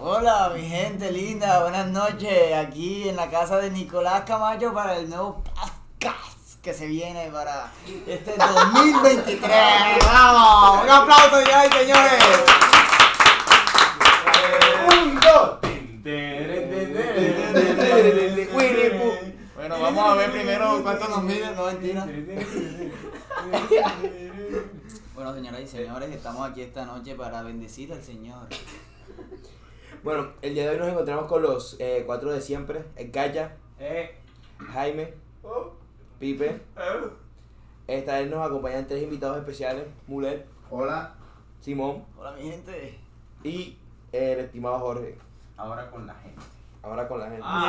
Hola, mi gente linda, buenas noches. Aquí en la casa de Nicolás Camacho para el nuevo podcast que se viene para este 2023. ¡Vamos! ¡Un aplauso ya, señores! Un, dos. Bueno, vamos a ver primero cuánto nos miden, no mentira. Bueno, señoras y señores, estamos aquí esta noche para bendecir al Señor. Bueno, el día de hoy nos encontramos con los eh, cuatro de siempre: el Gaya, Eh, Jaime, oh, Pipe. eh. Esta vez nos acompañan tres invitados especiales: Mulet, Hola, Simón Hola, mi gente. y eh, el estimado Jorge. ahora con la gente. Ahora con la gente. Ah,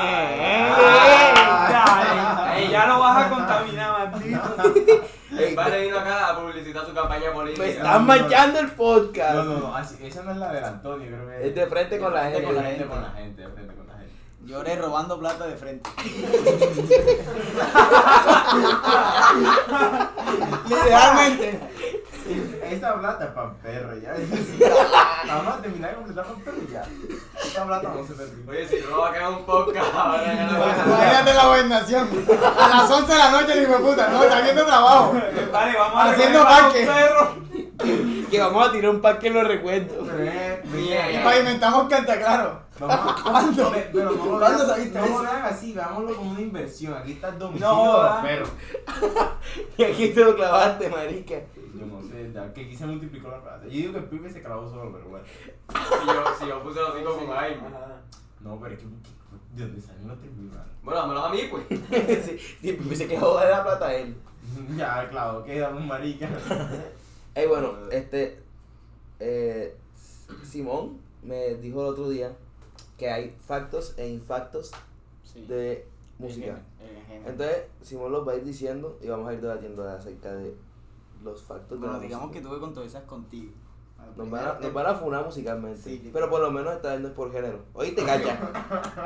Ah, eh, eh, ya lo vas a contaminar, maldito. Ey, Vale, vino acá a publicitar su campaña política. me están manchando el podcast. No, no, no, así- esa no es la del Antonio, creo que Es de frente con la gente. Con la gente, con la gente, de frente con la gente. Lloré robando plata de frente. Literalmente. Esta plata es para perro, ya. Nada más terminar de completar con perro y ya. Esta plata no se perdió. Oye, si roba acá un podcast, ahora ya no Imagínate la gobernación. A las 11 de la noche, el hijo de puta, no, está haciendo trabajo. Vale, vamos a Haciendo recoger a parque. un perro. Que vamos a tirar un parque en los recuentos. Y Mierda. pavimentamos Canta Claro. ¿Cuándo? Pero no lo ¿Cuándo vean- sabiste no lo eso? vean así, veámoslo como una inversión. Aquí está el domicilio No, de ah. los perros. Y aquí te lo clavaste, marica. Yo no sé, ya, que aquí se multiplicó la plata. Yo digo que el pibe se clavó solo, pero bueno. Si yo, si yo puse los cinco con Jaime. No, pero es que, que- ¿de dónde salen los tres mil, mano? Bueno, dámelos a mí, pues. sí, sí, pues, se quejó de la plata a él. Ya, claro, queda un marica. Ey, bueno, este. eh, S- Simón me dijo el otro día que hay factos e infactos de música. Entonces, Simón los va a ir diciendo y vamos a ir debatiendo acerca de los factos Bueno, de la digamos que música. tuve controversias contigo. Nos van, a, nos van a funar musicalmente. Sí. pero por lo menos esta vez no es por género. Hoy te cacha.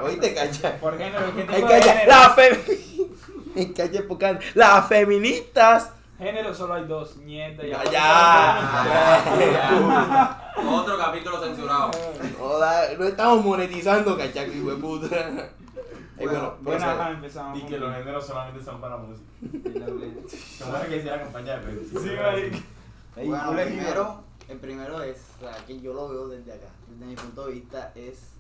Hoy te cacha. ¿Por qué no? ¿Qué Hay tipo de cacha. género? La fe... En calle Pucán. Las feministas. Género solo hay dos, nieta y Ya, Ya. Otro capítulo censurado. Joda, no estamos monetizando, cachaco, hijo de puta. Ey, bueno, Bueno, procede. ajá, empezamos. Y que los géneros solamente son para música. Como es que sea la campaña de Pepsi. Sí, marica. Ey, Bueno, culo, primero, el primero es, o sea, que yo lo veo desde acá, desde mi punto de vista, es,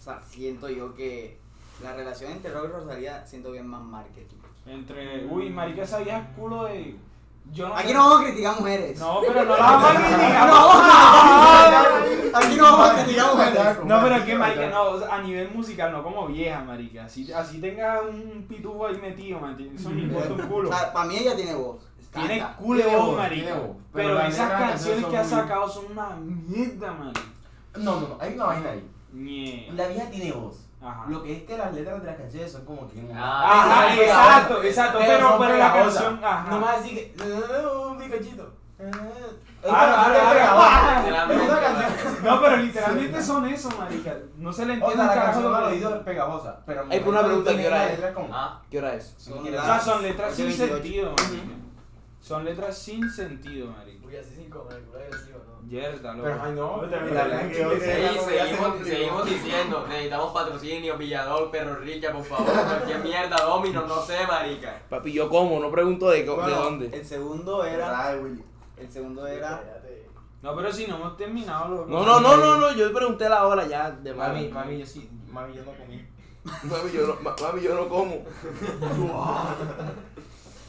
o sea, siento yo que la relación entre Rob y Rosalía siento bien más marketing. Entre, uy, marica, esa vieja es culo de... Yo no Aquí sé- no vamos a criticar mujeres. No, pero no la vamos a criticar. Aquí no vamos a criticar mujeres. No, pero es que marica, no, o sea, a nivel musical, no como vieja, marica. Así, así tenga un pitufo ahí metido, man, eso me importa un culo. para mí ella tiene voz. Tiene Canta. culo de tiene voz, voz, marica. tiene voz. Pero Pero la esas neta, las canciones canciones que ha son muy- sacado son una mierda, marica. No, no, no, hay una vaina ahí. Ñe. La vieja tiene voz. Ajá. Lo que es que las letras de las canciones son como que. Ajá, Ay, exacto, exacto. Pero, son pero la pegajosas. canción, ajá. No más así que. "Ah, Un bicochito. Ah, es Ah, para- no, no, no, pegajosa. no, no, no, Es una no, canción- No, pero literalmente son eso, marica. No se le O entiende sea, un la carajo canción lo para que los dice. oídos es pegajosa. Pero al Ey, pues una momento pregunta, de ¿qué hora tener es? la letra como- Ah, ¿Qué hora es? Son O sea, O las sea, son letras sin 8:28. sentido, marica. Son letras sin sentido, marica. Uy, así sin comer, agresivo, ¿no? Yerda, Pero, loco. ay, no. Otra la vez. verdad es que- Sí, seguimos, seguimos diciendo, necesitamos patrocinio, Villador, Perro Rica, por favor, cualquier mierda, Domino, no sé, marica. Papi, yo como, no pregunto de, co- de Bueno, eh, dónde. El segundo era, el segundo era, Cállate. No, pero si no hemos terminado, loco. No, no, no, no, no, yo pregunté la hora ya de Mami, mami. mami, yo sí. Mami, yo no comí. Mami, yo no, ma- mami, yo no como.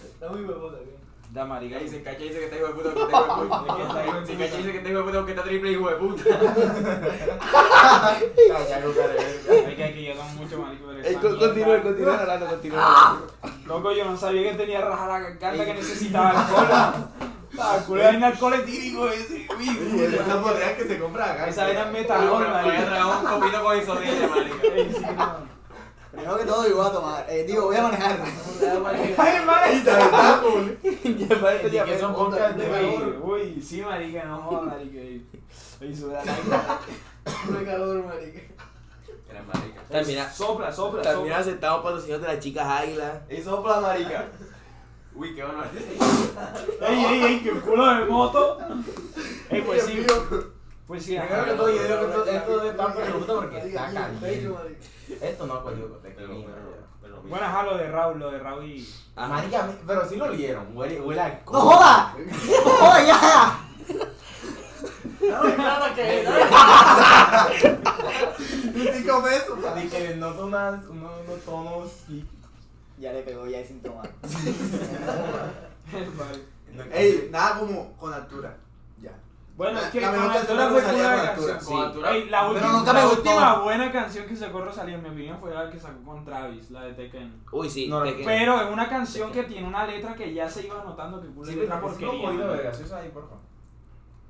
Está muy huevota, güey. Da marica. Y si Cacha dice que está hijo de puta, que está hijo de puta. Si Cacha dice que está hijo de puta, que está triple hijo de puta. Cállate, cállate. Hay que hay que llegar mucho, marico. pero Ey, esa con- mierda- continúen, continúen hablando, continúen. hablando. Loco, yo no sabía que tenía raja la garganta que necesitaba alcohol. La culo hay un alcohol etílico ese. Y Uy, el sapo real que se compra acá. Esa era metanol, Voy a marica. traer un copito con isodine, marica. Ey, sí, no. primero que todo, yo voy a tomar, eh, digo, voy a manejar. Ay, marica. Ya parece Y que son pregunta. pocas de Uy, uy, sí, marica, no jodas, marica. Ey, ey, sudar la- Puro calor, marica. Era marica. Termina- Sopla, sopla, También sopla. aceptamos patrocinios de las chicas águilas. Y sopla, marica. Uy, qué honor. Ey, ey, ey, que culo de moto. Ey, pues sí. Pues sí, ajá. Primero que todo, yo digo que esto, esto de tan pregunta porque está caliente. Esto no cogió coteca. Pero, pero, pero, mira. Bueno, ajá, lo de Raúl, lo de Raúl y... Marica, a mí- pero sí lo olieron. Huele, huele a ¡No joda! ¡No joda ya! Cinco pesos. Así que noto unas, unos, unos tonos. y- Ya le pegó, ya es síntoma. Ey, nada como con altura. Ya. Bueno, es que La con mejor Altura canción fue de una Rosalía fue canción. Altura, Con Altura. Ey, la Pero última, nunca me la gustó. última buena canción que sacó Rosalía, en mi opinión, fue la que sacó con Travis, la de Tekken. Uy, sí. No, no, Tekken. Pero es una canción que tiene una letra que ya se iba notando que culo Sí, de letra porque sí, un poquito de porquería. gaseosa ahí, por favor.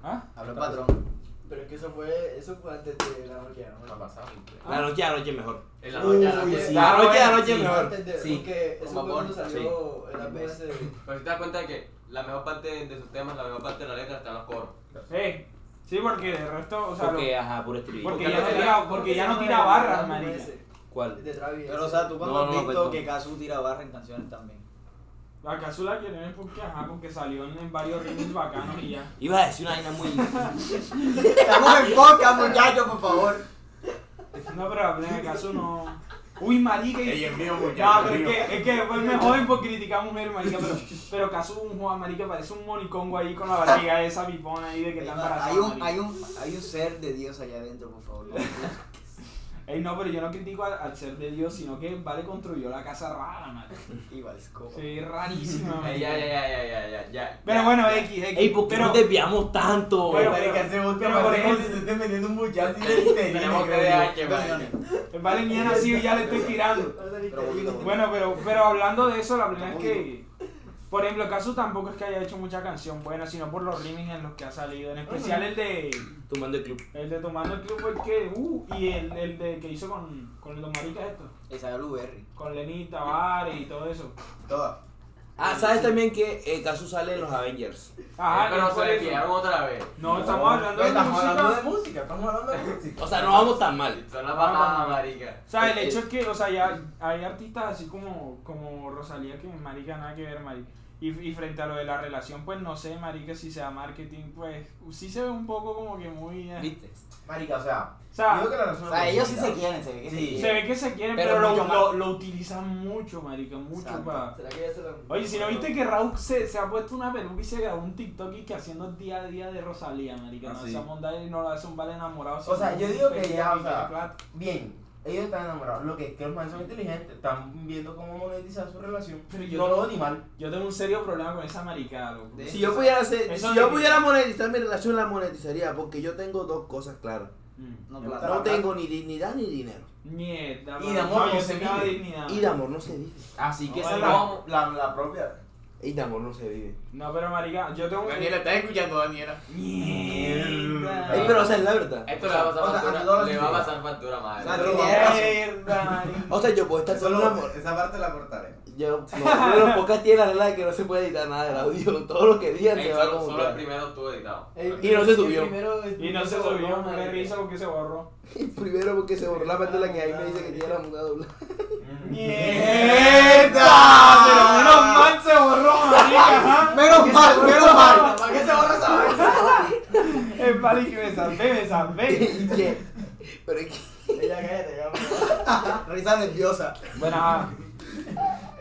¿Ah? Habla el patrón. Pero es que eso fue, eso fue antes de la noche, ¿no? No pasaba. La noche anoche mejor. En la noche, en la noche. La noche Sí, anoche mejor. antes de, Sí. porque eso Como fue cuando Bond, salió el álbum ese de... Pero si te das cuenta de que la mejor parte de sus temas, la mejor parte de la letra está en los coros. Eh, sí, porque de resto, o sea, lo- Porque, ajá, puro estribillo. porque porque ya no no tira- tira- porque ¿Cómo ya se no llama tira el barras, álbum marica. ese? ¿Cuál? De Travis. Pero, o sea, tú cuando No, has no, visto perdón. que Kazu tira barra en canciones también. La cápsula que tienen porque, ajá, porque salió en, en varios ritmos bacanos y ya. Ibas a decir una vaina muy. Estamos en podcast, muchachos, por favor. No, pero en el caso no. Uy, marica. y- en vivo, No, pero es que, es que después me joden por criticar a mujer, marica, pero, pero Casu un Juan, marica, parece un monicongo ahí con la barriga esa pipona ahí de que está embarazada, Hay un, marica. hay, un, hay un ser de Dios allá adentro, por favor. Ey, no, pero yo no critico al, al ser de Dios, sino que Vale construyó la casa rara, marica. Igual es como. Sí, rarísima, Ey, ya, marica. ya, ya, ya, ya, ya, ya. Pero bueno, X, X. Ey, ¿por qué pero, nos desviamos tanto? Pero- Marica, ese voto pero, por parece como ejemplo- si se esté metiendo un buchazo y de Tenemos que creo dejar que vaya. el Vale ni ha nacido y ya le estoy tirando. Bueno, pero, pero hablando de eso, la verdad es que, por ejemplo, Casu tampoco es que haya hecho mucha canción buena, sino por los remix en los que ha salido, en especial el de Tomando el club. el de Tomando el Club fue el que, uh, y el, el de que hizo con, con los maricas esto, Esa era Blueberry. con Lenny Tavares y todo eso. Toda. Ah, ¿sabes también que eh, Kazu sale en los Avengers? Ajá, Pero ¿qué se fue le eso? pillaron otra vez. No, estamos hablando de Estamos hablando de música. música, estamos hablando de música. O sea, no vamos tan mal. Son las bajadas, marica. O sea, el hecho es que, o sea, ya hay artistas así como, como Rosalía que marica nada que ver, marica. Y, y frente a lo de la relación, pues no sé, marica, si sea marketing, pues sí se ve un poco como que muy... eh. ¿Viste? Marica, o sea, O sea, digo que la O razón sea, es ellos sí se música. quieren, se ve que Sí. se Se quieren. ve que se quieren, Pero pero, lo, mucho más. lo, lo utilizan mucho, marica, mucho Exacto. para... ¿Será que ya se la- Oye, si no viste que Raúl se, se ha puesto una peluca y se grabó un TikTok y que haciendo el día a día de Rosalía, marica. Ah, no, sí. esa monda y no la hace un vale enamorado. O sea, sino yo un digo que pendejo ya, o tiene sea, plata. Bien, ellos están enamorados. Lo que es que los manes son inteligentes, están viendo cómo monetizar su relación. Pero yo- no lo veo ni mal. Yo tengo un serio problema con esa maricada, loco. De- Si yo pudiera hacer, Eso si de yo que- pudiera monetizar mi relación, la monetizaría, porque yo tengo dos cosas claras. Mm. No, Yo- plata. No tengo ni dignidad ni dinero. Mierda, Y mano. de amor No, no yo se tengo vive. dignidad. Y de amor no se vive. Así que No, esa es la, no. la, la propia. Y de amor no se vive. No, pero marica, yo tengo... ¿estás escuchando, Daniela? Mierda. Ey, pero o sea, es la verdad. Esto le va a O sea, pasar a todos factura. los Le va a días. pasar factura, O sea, madre. tú tienes razón. Mierda, marica. O sea, yo puedo estar Eso con un lo- amor. Esa parte la cortaré. Yo, no, uno de los pocas tiene la regla de que no se puede editar nada del audio. Todo lo que digan Ey, se va a Solo solo el como. primero estuvo editado. El- Y no se el subió. primero es- Y no se borró, subió, me marica. risa porque se borró. Primero porque se borró la parte en la que ahí me dice que tiene la muda doblada. ¡Mierda! Pero menos mal se borró, marica, ajá. Menos mal, menos mal. ¿Para qué se borra esa vaina? El pari que me salvé, me salvé. ¿Y qué? Pero es que. Ella cállate, ya. bro. Risa nerviosa. Bueno, ajá,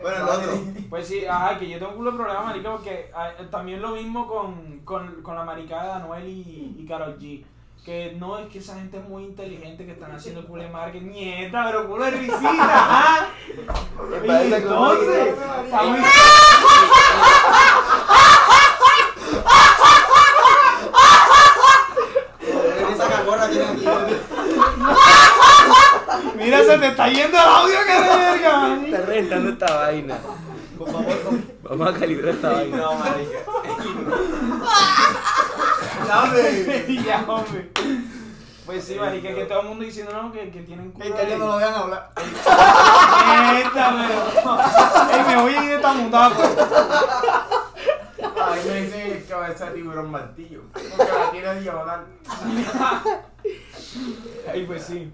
Bueno, el otro. pues sí, ajá, que yo tengo un culo de problema, marica, porque ah, eh, también lo mismo con, con, con la maricada de Anuel y, y Karol G. Que no, es que esa gente es muy inteligente que están haciendo culo de marketing. Nieta, pero culo de risita, ajá. Y parece que no entonces, está muy- Esa cagorra tiene aquí. mira, se te está yendo el audio que de verga, marica. Está rentando esta vaina. Por favor, con- Vamos a calibrar esta vaina. No, marica. dame. ya, hombre. Pues sí, marica, que todo el mundo diciendo no, que, que tienen culo. En calle no lo vean hablar. Neta, pero- Ey, me voy a ir de esta mutada, pues. Ay, me dice cabeza de tiburón martillo. Porque la tiene diagonal. Ey, pues sí.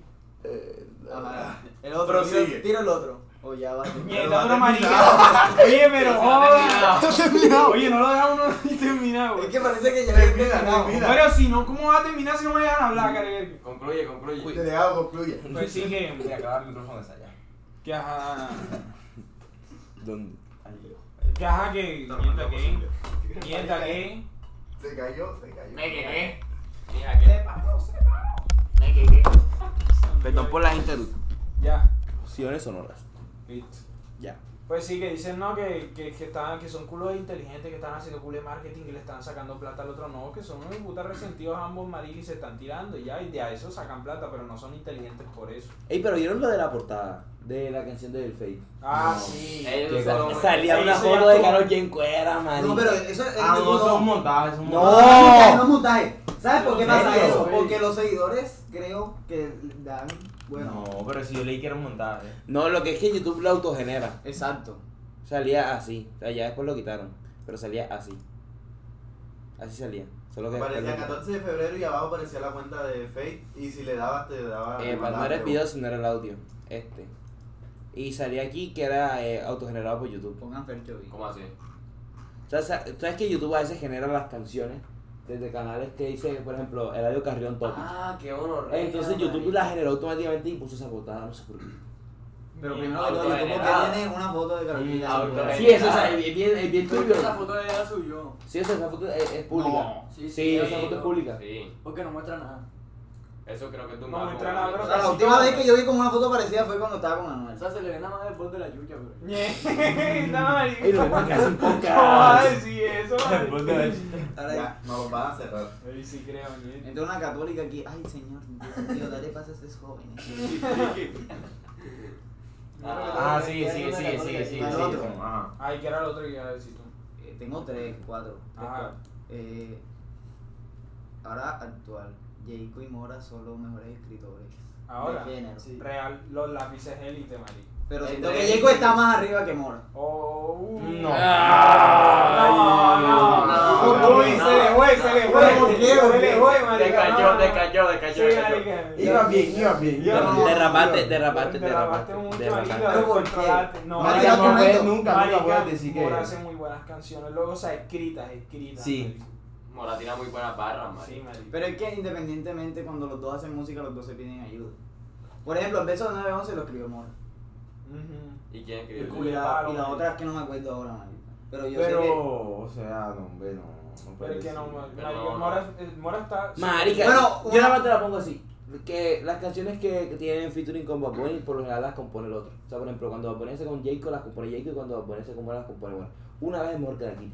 Ajá. El otro, Prosigue. tira, tira el otro. Oh, O ya va. Mierda, pero marica. Oye, pero joda. Terminado. Oye, no lo deja uno ni terminar, güey. Es que parece que ya había Termina, terminado. termina. Pero si no, ¿cómo vas a terminar si no me dejan hablar, careverga? Concluye, concluye. Te dejaba concluye. Pues sí que. Voy a acabar el micrófono de allá. Que ajá. ¿Dónde? Que ajá, que. Mierda, que. Mierda, que. Se cayó, se cayó. Me quedé. Mira, ¿qué? Me quedé. Perdón por las interrupciones Ya. sonoras. Listo. Ya. Pues sí, que dicen no, que, que, que, están, que son culos inteligentes, que están haciendo culo de marketing, que le están sacando plata al otro. No, que son unos putas resentidos ambos maridos y se están tirando y ya, y de a eso sacan plata, pero no son inteligentes por eso. Ey, pero vieron lo de la portada de la canción de El Fate. Ah, No. Eh. sí. Ellos Que son- sal- salía Sí, una sí, foto ya de tú- Karol G en cuera, man. No, pero eso es. Ah, no, no. son montajes, son No. montajes. montaje, no montaje. ¿Sabes por qué pasa Serio, eso? güey. Porque los seguidores creo que dan. Bueno. No, pero si yo leí que era un montaje. No, lo que es que YouTube lo autogenera. Exacto. Salía así. O sea, ya después lo quitaron. Pero salía así. Así salía. Solo que. Parecía después lo 14 de febrero y abajo aparecía la cuenta de Fate y si le dabas te daba... quitaron. Eh, para no era el video, sino era el audio. Este. Y salía aquí que era eh, autogenerado por YouTube. Pongan Fercho y. ¿Cómo así? O sea, sa- sabes que YouTube a veces genera las canciones desde canales que dicen, por ejemplo, Eladio Carrión Topic. Ah, qué honor. Entonces YouTube la generó automáticamente y puso esa portada, no sé por qué. Pero Y primero que todo, yo como autogenerado. que tiene una foto de Karol G. Y ya, güey. autogenerado. Sí, ah, eso es, es bien, es bien turbio. Esa foto de ella subió. Sí, o sea, esa foto eh, es, es pública. No. Sí, Sí, esa foto es pública. Sí, Porque no muestra nada. eso creo que No, tú más- entra la O broma. sea, la última vez que yo vi como una foto parecida fue cuando estaba con O Anuel. sea, se le ve nada más el voz de la lluvia, bro. Ey, lo mismo que hacen ¿Cómo vas a podcast. decir eso? Después de vale? Ahora, no lo van a cerrar. Ay, sí creo, ñe. Entró una católica aquí. Ay, señor, Dios mío, dale paz a estos jóvenes. Ah, sigue, sigue, sigue, sigue, sigue. Al sigue. otro. Ajá. Ay, que era el otro que iba a decir tú. Eh, tengo tres, cuatro. tres, Ajá. cuatro. Eh, ahora actual. Jayco y Mora son los mejores escritores. Ahora. De género. Sí. Real, los lápices élite, marico. Pero El siento de- que Jayco está más arriba que Mora. Oh, uh. No. No, no, no, no, uy, no, se le fue, se le fue, no, se le fue, Te marica, cayó, no, te no. cayó, te cayó. Sí, te cayó. marica. Iba bien, iba bien. iba No, bien. derramaste, Iba bien. derramaste, Te lavaste derramaste. mucho, derramaste. marica, Pero ¿por qué? descontrolaste. No, Marica, marica, Marica, no puedes, momento. nunca, nunca Marica, puedes decir que. Mora hace muy buenas canciones, luego, o sea, escritas, escritas. Sí. marica. Mora tira muy buenas barras, Sí, marica. marica. Pero es que independientemente, cuando los dos hacen música, los dos se piden ayuda. Por ejemplo, el beso de 911 lo escribió Mora. Ujú. ¿Y quién Y escribió? Ujú. la, y la otra es que no me acuerdo ahora, marica. Pero yo sé que. Pero, o sea, no, hombre, no. no Pero es que no, puedes marica, Pero no, no. Mora, eh, Mora está... Marica, Bueno, yo una- nada más te la pongo así. Que las canciones que, que tienen featuring con Bad Bunny, por lo general las compone el otro. O sea, por ejemplo, cuando Bad Bunny hace con Jacob, las compone Jacob y cuando Bad Bunny hace con Mora, las compone Mora. Una vez es mejor que la Kitty.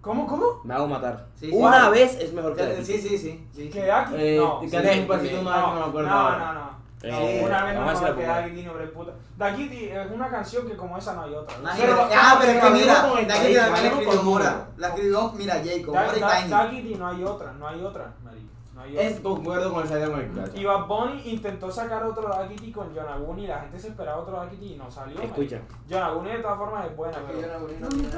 ¿Cómo, cómo? Me hago matar. Sí, sí. Una vez es mejor que la Sí, Kitty. sí, sí. sí, sí. ¿Que aquí? Eh, no. te Sí, cantas un pasito una vez, no me acuerdo No, ahora. no, no. Eh, No, una vez vamos a no hacer la me queda pomada. aquí, no, hombre, puta. Da Kitty es una canción que como esa no hay otra. Ah, Pero- ah, pero es que pero mira, hablemos con el la que Jacob, también la hablemos escribió con Mora. Mora. La escribió, mira, Jacob, Da, Mora y da, Tiny. da Kitty no hay otra, no hay otra, marica. No hay otra. Es concuerdo con el salida con el Clash. Y Bad Bunny intentó sacar otro Da Kitty con John Aguni y la gente se esperaba otro Da Kitty y no salió. Escucha. John Aguni de todas formas es buena, Porque yo pero... no voy a ir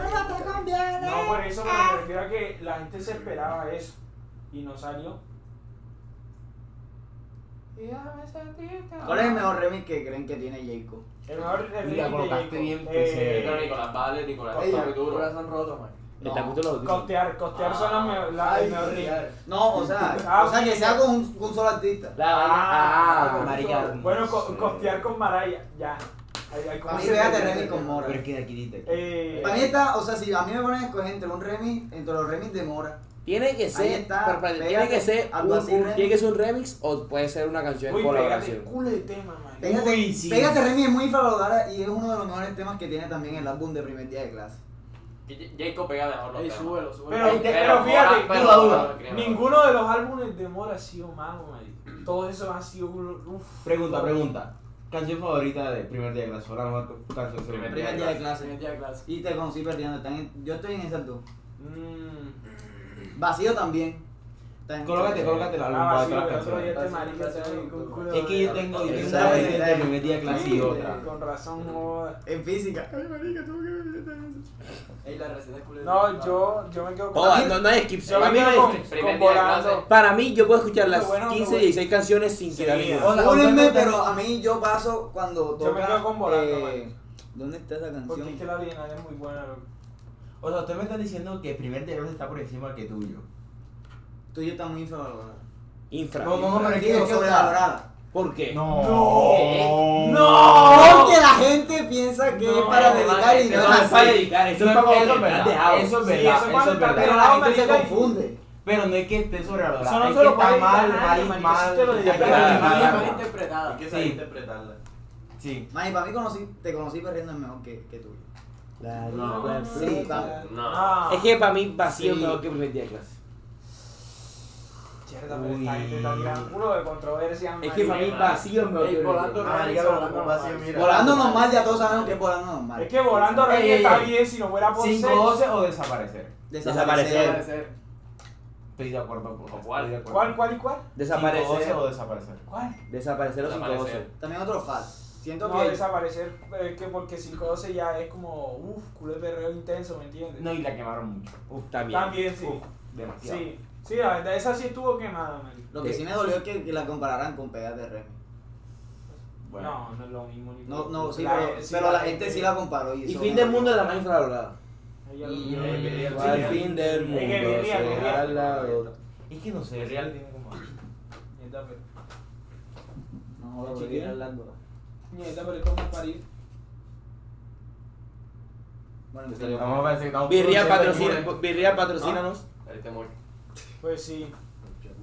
a- No, por eso me refiero a que la gente se esperaba eso y no salió. Déjame sentirte. ¿Cuál es el mejor remix que creen que tiene Jacob? El mejor remix Y la de colocaste Jacob. bien, Eh, Pero Nicolás Vale, Nicolás Ella, está muy duro. corazón roto, man. ¿Te está gustando los audífonos? Costear, costear Ah. son las me- la- el mejor remix. ya. No, o sea, Ah, o sea que sí. sea con un, con un solo artista. La vaina. Ah, Ah, marica. Bueno, co- costear con Maraya, ya. Ay, ay, ¿cómo A mí se me da llama? remix con Mora. Pero es que de aquí dice. Eh, Para mí está, o sea, si a mí me ponen a escoger entre un remix, entre los remix de Mora. Tiene que ser, está, pero, pero, tiene pégate, que ser, algo un- así, un- remix. tiene que ser un remix o puede ser una canción Uy, en pégate colaboración. culo de tema, man. Pégate, Uy, sí. Pégate remix es muy infravalorada y es uno de los mejores temas que tiene también el álbum de primer día de clase. Que J- Jacob pega mejor los Ey, temas. súbelo, súbelo. Pero, Ey, pero fíjate, Mora- pero duda, Mora duda. lo escribe mejor. Ninguno de los álbumes de Mora ha sido malo, man. Todos esos han sido un- uf. Pregunta, pregunta. Canción favorita de primer día de clase. Fue la mejor canción según Primer tú. Primer día de clase. Primer día de clase. Y te conocí perdiendo. están en- yo estoy en esas dos. Mm. Vacío también. Está en- Colócate, colócate la Ah, lámpara de sí, todas el las otro día canciones. este marica se ve con culo de- Es que yo tengo, yo tengo Esa una es- presencia de primer día de clase y otra. Con razón, no. En física. Ey, la receta es culera. No, yo, yo me quedo con. Todas, no, no hay skip. Yo Para me mí, no quedo hay con, skip. Primer con día de volando. Para mí, yo puedo escuchar las Bueno, 15, bueno. 16 canciones sin tirar Sí. ninguna. Hola, Apúrenme, hola, eh. pero hola. a mí yo paso cuando Yo me toca, quedo con Volando, eh, ¿Dónde está esa Porque es canción? que la original es muy buena, loco. O sea, ustedes me están diciendo que el primer de ellos está por encima que tuyo. Tuyo está muy infravalorado. Infra. No, no, pero es que Digo, o sea, sobrevalorada. ¿Por qué? No. Porque la gente piensa que es No, eh, para no, dedicar y eso no no es es para así. dedicar, eso Eso es es para es otro, verdad, ¿verdad? Eso es Sí, verdad, eso es eso cuando es está Pero verdad. la gente se Marica, y- confunde. Pero no es que esté sobrevalorado, Eso no es se que lo está puede mal, quitar nadie, mal, marica, mal. eso te lo diría, mal, pero mal, nadie mal, lo mal. Hay interpretada. que saber Sí. interpretarla. Sí. Mani, para mí conocí, te conocí perdiendo es mejor que, que tuyo. No. Sí, vamos. No. Ah, Es que para mí vacío Sí. mejor que primer día de clase. Mierda, pero esta gente está tirando un culo de controversia. Es que para mí marica. vacío es mejor que primer día de Ah, clase. marica, lo pongo vacío, mira. Volando normal, ya todos sabemos que es volando normal. Es que volando Ey, rey ey, está ey. bien si no fuera por ser. 5-12 o desaparecer. Desaparecer. Estoy de acuerdo con ¿O cuál? estoy de acuerdo. ¿Cuál, cuál y cuál? ¿5-12 Desaparecer. o desaparecer? ¿Cuál? Desaparecer o sin Desaparecer. También otro fal. Siento No, que. desaparecer, es que porque 512 ya es como, uff, culo de perreo intenso, ¿me entiendes? No, y la quemaron mucho. Uf, también. También, sí. Demasiado. Sí, sí, la verdad, esa sí estuvo quemada, marica. Lo que sí me dolió es que, que la compararan con Pegas de Remy. Bueno. No, no es lo mismo. ni No, loco. no, sí, La- pero, sí, pero Pues la gente sí la comparó. Y, Y eso fin no- del mundo es la más infravalorada. Ella lo- Y- Al fin del Es que mundo vivía, se vivía. jalado. Es que no sé, Real tiene como. Nieta, pues, pero- No, lo que diga. Nieta, pero es como parir. Bueno, en Te fin. salió- Vamos a ver si estamos. Birria patrocina, Birria patrocínanos. ¿Ah? Ahí te muero. Pues sí.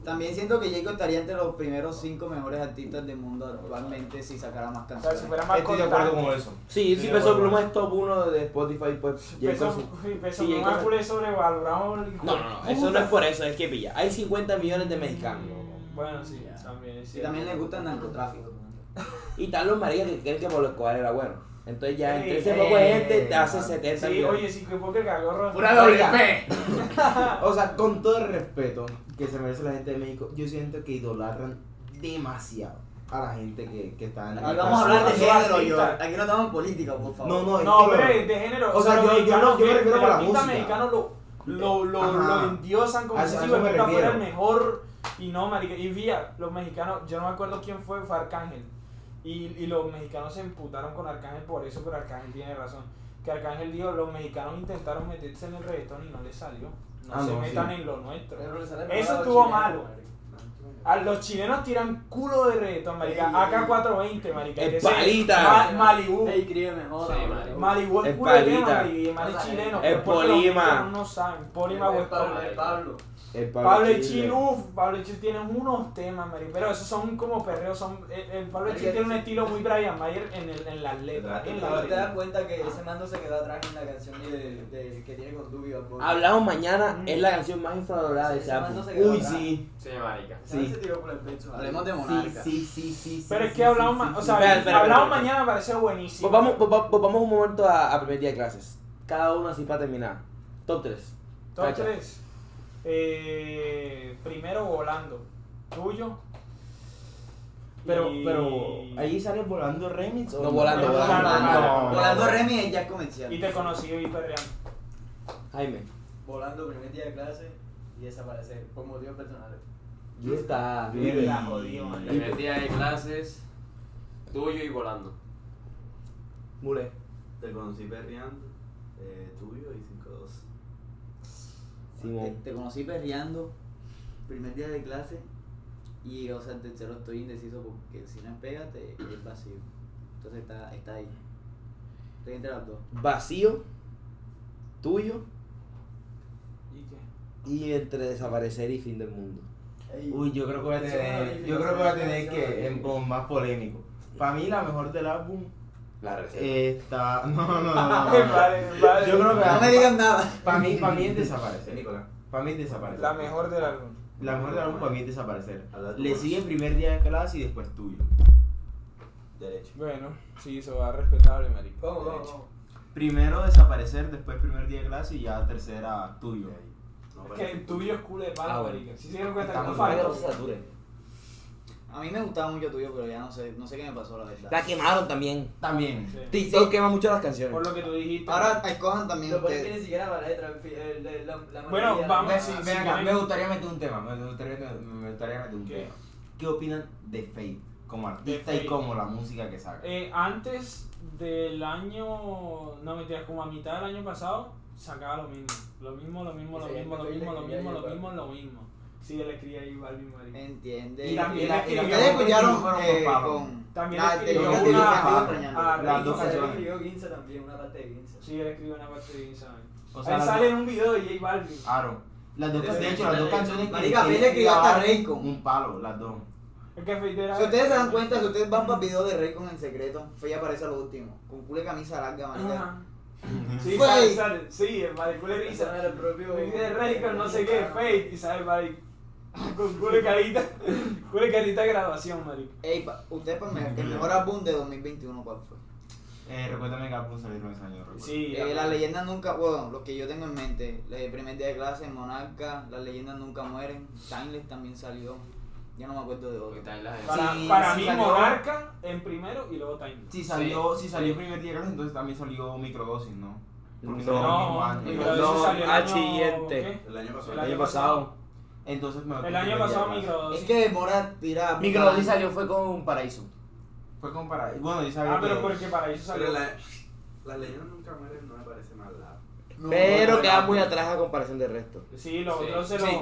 También siento que Jacob estaría entre los primeros cinco mejores artistas del mundo actualmente si sacara más O sea, canciones. si fuera más Estoy de acuerdo con eso. Sí, Sí, sí, de Peso acuerdo. Pluma es top 1 de Spotify, pues. y Peso, entonces- sí, peso sí, pluma entonces- culé sobrevalorado. el- No, no, no, eso no es por eso, es que pilla. Hay 50 millones de mexicanos. Bueno, sí, Ya. también es Y cierto. también le gusta el narcotráfico. Y están los maricas que creen que Pablo Escobar era bueno. Entonces ya entre Sí, ese sí, poco de gente te sí, hace sí, 70 Sí, millones. oye, sí, que porque el cagorro. Oiga, O sea, con todo el respeto que se merece la gente de México, yo siento que idolatran demasiado a la gente que, que está en Aquí vamos a su- hablar de a su género, yo. artista. Aquí no estamos en política, por favor. No, no, es No, que- pero de género. O sea, yo- yo no- yo me refiero para la Los música. mexicanos lo, lo, lo, Ajá. lo endiosan como A si eso- a hijo eso de me puta fuera el refiero. mejor. Y no, marica. Y vía, los mexicanos, yo no me acuerdo quién fue, fue Arcángel. Y, y los mexicanos se emputaron con Arcángel por eso, pero Arcángel tiene razón. Que Arcángel dijo, los mexicanos intentaron meterse en el reggaetón y no les salió. No Ah, se no, metan sí. en lo nuestro. Pero le sale Eso estuvo malo. A los chilenos tiran culo de reggaetón, marica. AK420, marica. que ese- Espalita. Ma- Malibu. escribe mejor. Sí, marica. Malibu es Es puro tema, palita. marica, y además es chileno. Es pero porque los Polima. mexicanos No saben, Polima o es Pablo. Pablo. El Pablo Echil, uff, Pablo Echil tiene unos temas, marica, pero esos son como perreos, son... El, el Pablo Echil tiene un estilo muy Brian Mayer en, el, en las letras, en la letra. cuenta que ese mando se quedó atrás en la canción que tiene con Dubio. Hablamos mañana, Mm. es la canción más infravalorada de ese Ese man álbum. no se quedó Uy, atrás. sí. Sí, marica. Sí. Hablemos de Monarca. Sí, sí, sí, sí. Pero es sí, que sí, hablamos, sí, ma- o sí. sea, Espera, espera, hablamos espera. mañana me parece buenísimo. Pues vamos, pues va- pues vamos un momento a, a primer día de clases. Cada uno así para terminar. Top 3. Top Tacha. 3. Eh, primero volando. Tuyo. Pero, Y- pero. Ahí sale volando remix o. No, volando, No, volando, no, volando. no, no. Volando Remy es ya comercial. Y te conocí y perreando. Jaime. Volando primer día de clase y desaparecer por motivos personales. Ya está. Bien, la jodí, man. Primer día de clases, tuyo y volando. Mule. Te conocí perreando, eh, tuyo y 5-2. Te, Simón. te conocí perreando primer día de clase y, o sea, el tercero estoy indeciso porque si no es pégate es vacío. Entonces está, está ahí. Estoy entre las dos. Vacío. Tuyo. ¿Y qué? Y entre desaparecer y fin del mundo. Uy, yo creo que voy a tener. Yo creo que voy a tener que. em, Como más polémico. Para mí, la mejor del álbum La Eh, receta. está. No, no, no. no, no. Vale, vale. Yo creo que. No me digan nada. Para mí, para mí es Sí, desaparecer. Nicolás. Para mí es desaparecer. La mejor del álbum. La mejor del álbum para mí es desaparecer. Habla tú, Le pues. sigue el primer día de clase y después tuyo. Derecho. Bueno, sí, eso va respetable, marico. Vamos, vamos, Primero desaparecer, después primer día de clase y ya tercera tuyo. No, Es pero- que el tuyo es culo de palo, Ah, bueno. marica. Si se dieron cuenta Está que no muy falta. A mí me gustaba mucho tuyo, pero ya no sé, no sé qué me pasó la verdad. La quemaron también. También. Sí. TikTok quema mucho las canciones. Por lo que tú dijiste. Ahora escojan también ustedes. ni siquiera la letra, en fin, el- el- la, la Bueno, melodía, vamos. Ven, sí, ven sí, acá, ven. me gustaría meter un tema, me gustaría, me gustaría meter un ¿Qué? tema. ¿Qué opinan de Faith como artista De y Fate. como la música que saca? Eh, antes del año. No mentiras, como a mitad del año pasado. sacaba lo mismo. Lo mismo, lo mismo, lo Sí, mismo, lo perfecto, mismo, lo escribía mismo, lo J Balvin. mismo, lo mismo. Sí, yo le escribía ahí Balvin Eh. Marín. Entiende. Y también la- escribió- ustedes escucharon fueron eh, dos palos. con También la escribió teoría una de Luis a- Castillo a- Preñando. a Las dos Ginza, él canciones. escribió- escribió Ginza también, una parte de Ginza. Sí, él escribió una parte de Ginza. O Ah. las Él Eh, sale dos- en un video de J Balvin. Aro. las dos de canciones, de hecho, Fate, las dos de- canciones que- Marica, que Fate escribió hasta grabaron, Raycon. Un palo, las dos. El que Fate era- Si ustedes se dan cuenta, si ustedes van para el video de Raycon en secreto, Fey aparece a lo último. Con culo de camisa larga, marica. Ajá. Sí, Fate. sale, sale. Sí, el Maricule Esa Risa. era el propio. de Raycon, no sé qué, Fate. Y sale Maric. Con culo y carita. Culo y carita de grabación, Maric. Ey, pa- ustedes para mí, el mejor álbum de 2021, ¿cuál fue? Eh, recuérdame que Apu salieron ese año. recuerdo. Sí, Eh, las leyendas nunca, bueno, los que yo tengo en mente, el primer día de clase, Monarca, las leyendas nunca mueren, Timeless también salió, ya no me acuerdo de otro. Para, Sí, para sí mí, salió. Monarca en primero y luego Time. Si salió, si salió primer día, entonces también salió microdosis, ¿no? Porque salió No, el mismo año. microdosis. Microdosis salió el al año- siguiente. ¿qué? El año pasado. El año pasado. Entonces me El año pasado, Microdosis. Es que demora tirar. Microdis salió fue con Paraíso. Fue comparar. Bueno, yo sabía Ah, pero que- porque para eso salió. Pero la, las leyendas nunca mueren, no me parece mal. La, No, Pero no, queda no. muy atrás a comparación del resto. Sí, los Sí. otros se lo, Sí.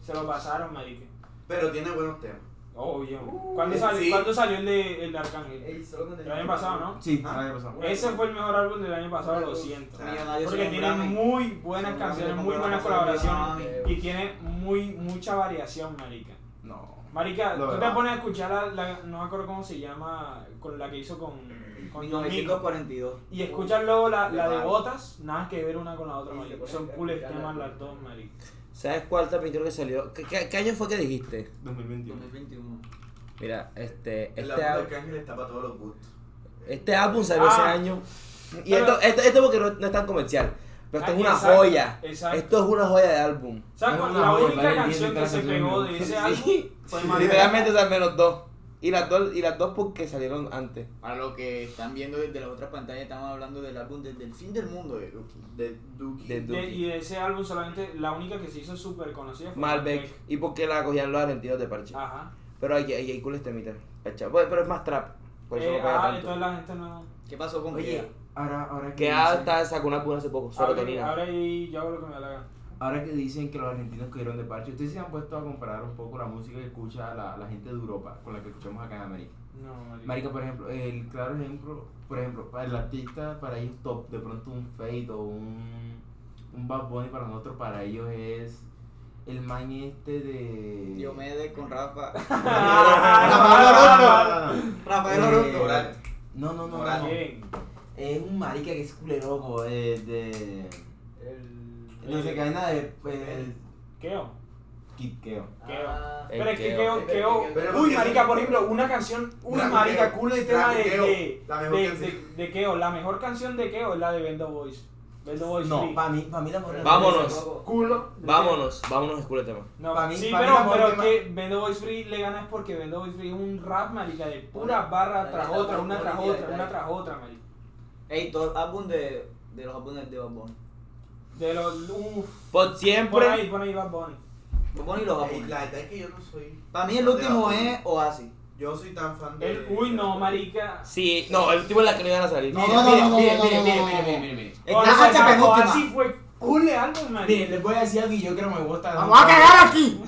se lo pasaron, marique. pero tiene buenos temas. Obvio. ¿Cuándo, salió, sí. ¿Cuándo salió el de, el de Arcángel? Ey, solo con El año pasado, ¿no? Sí, Ah. el año pasado. Ese fue el mejor álbum del año pasado, lo siento. Millonarios Porque son Ah, un tiene Grammy. muy buenas Son canciones, Grammy, muy buenas son Grammy, son colaboraciones Grammy. y tiene muy mucha variación, marica. No. Marica, Lo tú te demás. pones a escuchar la, la- no me acuerdo cómo se llama, con la que hizo con, con Don Mico. 1942. Y escuchas luego la, la de Demás. botas, nada que ver una con la otra, Y se marico. puede Son aplicar cooles la- temas las dos, marico. ¿Sabes cuál también creo que salió? ¿Qué, qué- qué año fue que dijiste? 2021. 2021. Mira, este El este, álbum al- de Cángel está para todos los gustos. este álbum salió ese Ah. año. Y Pero- esto, esto, esto porque no, no es tan comercial. Pero esto Ah, es una exacto, joya. exacto. Esto es una joya de álbum. ¿Sabes Es cuál? una La joya, única vale, canción que entiendo se cada pegó canción, de ¿no? ese álbum Sí. fue Marica. Literalmente al menos dos. Y las dos, y las dos porque salieron antes. Para los que están viendo desde las otras pantallas, estamos hablando del álbum desde el fin del mundo de Lucky. De Duki. De- De- y de ese álbum solamente la única que se hizo súper conocida fue Malbec. Y porque la cogían los argentinos de parche. Ajá. Pero hay, hay, hay cool este mitad. Pero es más trap. Por eso Eh, no pega ah, tanto. entonces la gente no. ¿Qué pasó con Oye, Kea? ahora, ahora Que dicen- hasta sacó una puna hace poco. Ahora, que- Serotonina. ahora y yo hago lo que me da la gana. Ahora que dicen que los argentinos cogieron de parche, ustedes se han puesto a comparar un poco la música que escucha la, la gente de Europa con la que escuchamos acá en América. No, marica. Marica, por ejemplo, el claro ejemplo, por ejemplo, para el artista para ellos top, de pronto un Fade o un, un Bad Bunny para nosotros, para ellos es el man este de... eh, Diomedes con Rafa. Ah, Rafael Orondo. Rafael Eh, Orondo. No, no, no, Morat. no. ¿Quién? Es un marica que es culeroco, de... de... El. No sé, cadena de... eh, Keo. Kitkeo. Keo. Ah, El Pero es que Keo, Keo. Keo. Pero Uy, que- marica, por ejemplo, una canción, uy, Dame marica, Keo, cool el tema dame de, Keo, de, la mejor de, canción. de- de Keo. La mejor canción de Keo es la de Bendo Boys. Bendo Boys No, Free. para mí, para mí Ah, la mejor Vámonos. Culo. Vámonos. Vámonos, es cool el tema. No, Pa' mí- sí, pa' mí pero, la pero última- que Bendo Boys Free le gana es porque Bendo Boys Free es un rap, marica, de puras barras tras otra, una tras otra, una tras otra, marica. Ey, todo el álbum de, de los álbumes de Bad Bunny. De los, uff. Por Pon siempre. ahí, pon ahí Bad Bunny. Bad Bunny y los Ey, álbumes. La verdad es que yo no soy. pues. Para mí el de último Bad Bunny. es Oasis. Yo soy tan fan de. El, uy, no, marica. Sí, no, el último es la que no iban a salir. No, no, no, no, no, mire, no, mire, no, mire, no, mire, no, mire, no. mire, mire. Está hasta penúltima. Así fue cool el álbum, Miren, marica. les voy a decir algo y yo creo que me gusta. ¡Vamos a cagar aquí!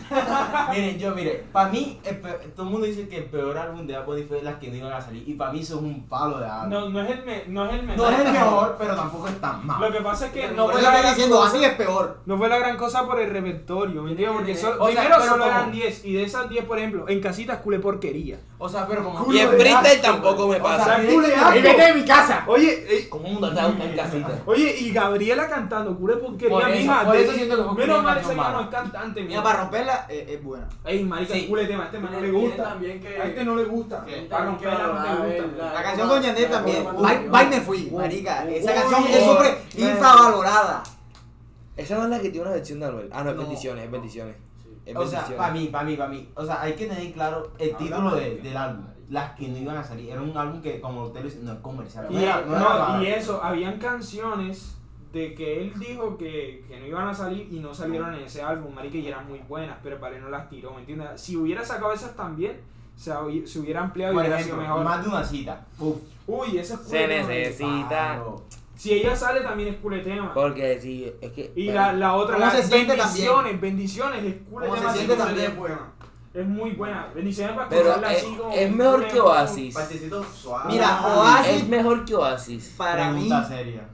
Miren, yo, mire, para mí, el peor- todo el mundo dice que el peor álbum de Apple fue las que no iban a salir. Y para mí, eso es un palo de álbum. No, No, no es el, me- no es el mejor. es el mejor, pero tampoco es tan Lo malo. que pasa es que no No fue, voy la a gran diciendo, cosa, Oasis es peor. no fue la gran cosa por el repertorio, ¿me entiendes? Porque so- O sea, primero pero solo como- eran 10 y de esas 10, por ejemplo, en casitas culé porquería. O sea, pero como. Y en freestyle tampoco me O sea, pasa. culo de ¡Y álbum. vete de mi casa! Oye, eh, Como un dotado en casita. oye, y Gabriela cantando culé porquería, Por eso, mija. por de- eso siento que fue una menos mal canción ese man no mala. es cantante, Mira, mira. para romperla eh, es buena. Ey, marica, Sí. culé tema, a este man no le Tiene gusta. también que. A este no le gusta. tiene Para también que romperla no valorar te el- gusta. La canción con Yandel también. Uy, Bye, uy, Bye uy. me fui, marica. Esa uy, canción uy, es súper infravalorada. Esa no es la que tiene una versión de Anuel. Ah, no, es No. bendiciones, es bendiciones. Es O sea, bendiciones. para mí, para mí, para mí. O sea, hay que tener claro el título de- del álbum. Las que no iban a salir. Era un álbum que, como usted lo dice, no es comercial. Y, era- no, era malo. y eso, habían canciones de que él dijo que, que no iban a salir y no salieron en ese álbum, marica, y eran muy buenas, pero para él no las tiró, ¿me entiendes? Si hubiera sacado esas también, se, hab- se hubiera ampliado y Por hubiera sido ejemplo, mejor. más de una cita. Puf, Uy, eso es Se bueno, necesita. palo. Si ella sale también es cool el tema. Porque si es que. Y bueno, la, la otra, ¿Cómo la se siente bendiciones, bendiciones, es cool el ¿Cómo se tema. así siente como también? Es buena. Es muy buena. Bendiciones para Pero escucharla es, así como. es mejor que Oasis. Pachecito suave. Mira, Oasis Es mejor que Oasis. para mí. Pregunta seria.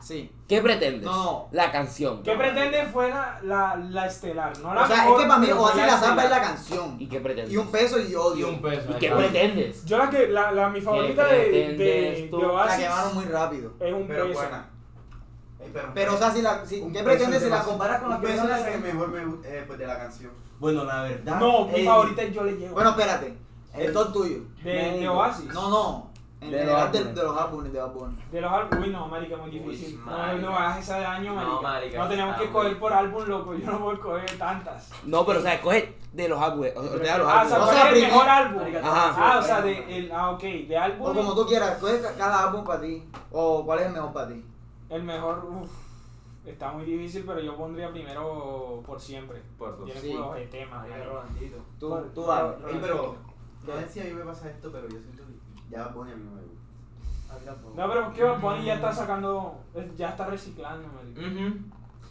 Sí. ¿Qué pretendes? No. La canción. ¿Qué pretende fue la, la, la estelar? No la O sea, es mejor, que para mí pero fue Oasis la zampa es la estelar. canción. ¿Y qué pretendes? Y un peso y Y odio. un peso. ¿Y ahí qué está. pretendes? Yo la que, la, la mi favorita de, de, pretendes tú? de La Oasis quemaron muy rápido. es un Pero peso. buena. Ey, Pero, o sea, si la, si, un ¿qué peso pretendes es si la demasiado. comparas con la Un peso primera? es la que mejor me gusta eh, pues, de la canción. Bueno, la verdad. No, mi eh, favorita es Yo le llevo. Bueno, espérate. El top tuyo. de, de Oasis. No, no. En De general los de, álbumes. de los álbumes de Bad Bunny. De los álbumes, uy, no, marica, muy difícil. Uy, no, no marica. hagas esa de año, No, marica. No, marica, tenemos está que coger muy- por álbum, loco. Yo no puedo coger tantas. No, pero o sea, escoge de los álbumes. O, o te da los ah, o sea, O álbumes. ¿cuál sea, es el primero- mejor álbum? Ajá. Ah, o sea, de, el, ah, ok, de álbum. O como tú quieras, ¿cuál es cada álbum para ti? ¿O cuál es el mejor para ti? El mejor, uff, está muy difícil, pero yo pondría primero por siempre. Por Tiene Sí. culo de temas. Ahí, ahí. Rolandito. Tú, Por- tú por- dale. Ey, pero, no sé si a mí me pasa esto, pero yo siento que ya pone a mí no me gusta. A mí tampoco. No, pero es que Bad Bunny ya está sacando, ya está reciclando, marica.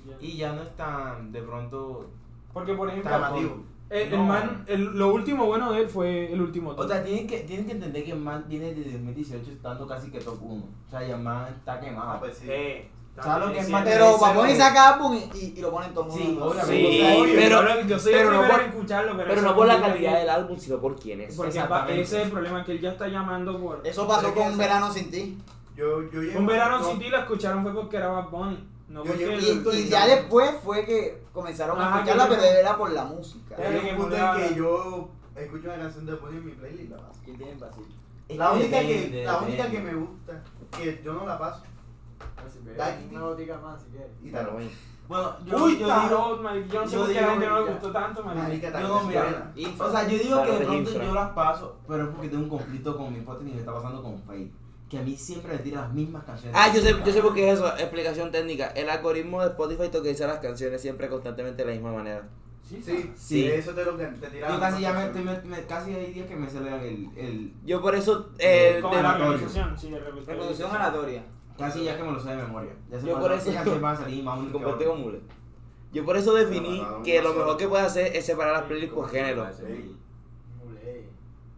Ya. Y ya no es tan, de pronto, Porque, por ejemplo, Llamativo. el, el No. man, el- lo último bueno de él fue el último O tour. sea, tienen que, tienen que entender que el man viene desde 2018 estando casi que top 1. O sea, ya el man está Ah, quemado. pues sí. Eh, ¿Sabes lo que es más Pero Ese Bad Bunny no. saca álbum y, y, y lo pone en todo el Sí, mundo. obviamente. Sí, Sí, obvio, yo pero- lo- yo soy pero el no primero por- en escucharlo, pero, Pero eso no por la significa calidad que- del álbum, sino por quién es. Porque va- Exactamente. ese es el problema que él ya está llamando por. Eso pasó Pero con que- un verano sin ti. Yo, yo llego- Un verano no, sin ti la escucharon fue porque era Bad Bunny. No Yo porque llegué Y, el- Estoy y ya bien. después fue que comenzaron a Ajá, escucharla, que- pero era por la música. Hay que un punto ponga- en que yo escucho una canción de Bonnie en mi playlist la paso. ¿Quién tiene en Brasil? La única que, Depende, la única que depende. me gusta, que yo no la paso, Así que, Dale. Una botica más si quieres. y Pero tal. bueno. Bueno, yo, Uy, yo digo, tarot, marica, Yo no sé yo por qué a digo, la gente no le marica. gustó tanto, marica. Marica, yo tal no, vez mira. suena. o sea, yo digo Claro, que de es pronto infra. yo las paso, pero es porque tengo un conflicto con mi hipótesis y me está pasando con Faith. Que a mí siempre me tira las mismas canciones. Ah, yo sé, yo sé por qué es eso. Explicación técnica. El algoritmo de Spotify tokeniza las canciones siempre constantemente de la misma manera. Sí, sí, Sí. eso te lo te, te tiraron. Yo casi ya me, estoy- me- me- casi hay días que me celebran el, el... Yo por eso. eh, Con Como de- la Repertorio. reproducción, sí, de repertorio. Reproducción aleatoria. Casi ya que me lo sé de memoria. Ya sé Yo cuál- por qué eso- canción va a salir más o menos que Compartí otra. con Mule. Yo por eso definí Pero, que lo no, mejor no. que puedes hacer es separar las playlists por género. Sí. Muley.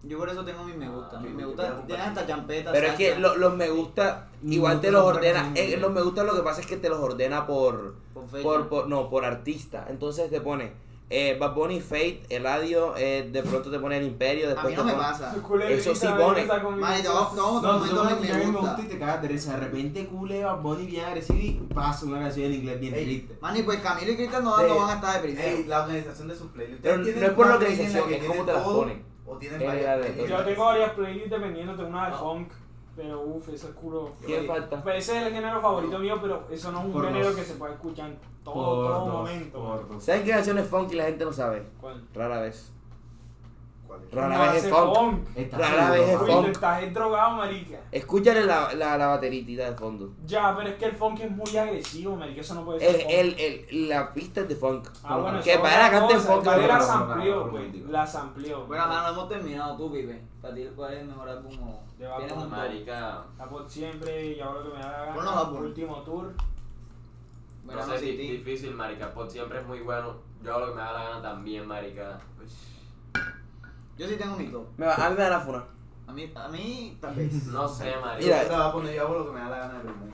Yo por eso tengo mis me gusta. Ah, Mis me yo gusta. quiero Tienes hasta champetas. Pero es que salsa, lo- los me gusta, Me igual gusta te los comprar ordena. canciones. eh, los me gusta lo que pasa es que te los ordena por. con fecha. por, por- no, por artista. Entonces te pone eh, Bad Bunny, Fate, Eladio, eh, de pronto te pone El Imperio, a después mí no te me pone- pasa. Culerita, Eso sí ven, pone. esa combinación. Madre, te vamos, te No, vamos a tú tomar no en que a mí me me gusta. gusta y te cagas de risa. De repente culeo a Bonnie bien agresivo y pasa una canción en inglés bien Ey. triste. Mani, pues Camilo y Cristian no, Ey, no van a estar de Ey, primero. la organización de sus playlists. Pero ¿Ustedes no es tienen por la una playlist en organización, que es cómo tienen te las todo ponen. O tienen Es varias la de- playlists? Yo tengo varias playlists dependiendo, tengo una de funk, pero uff, ese es culo. ¿Quién falta? Pero ese es el género favorito mío, pero eso no es un Por género dos. que se pueda escuchar en todo, por todo dos, momento. por dos. ¿Saben qué canciones funky la gente no sabe? ¿Cuál? Rara vez. ¿Cuál es? Rara No vez es hace funk. funk. Está Rara vez seguro, es Uy, papá. tú funk. estás drogado, marica. Escúchale la, la, la bateritita de fondo. Ya, pero es que el funk es muy agresivo, marica, eso no puede ser. El, funk. el, el- la pista es de funk. Ah, bueno, que eso es para otra cantar cosa, funk. el Varela pero- samplió, pero- güey. pero- La samplió. Bueno, mano, hemos terminado tú, Pipe. Para ti, ¿cuál es el mejor álbum? o- De Bad ¿Tienes Bunny. un Marica, La por siempre y ahora lo que me da la gana. Bueno, Bad Bunny. último tour. no Verano sé, sin di- ti. difícil, marica. Por siempre es muy bueno. Yo hago lo que me da la gana también, marica. Yo sí tengo mi top. Me va, a mí me da la funa. A mí, a mí tal vez. No sé, marica. Mira, Yo te la voy a poner, yo hago lo que me da la gana de primero.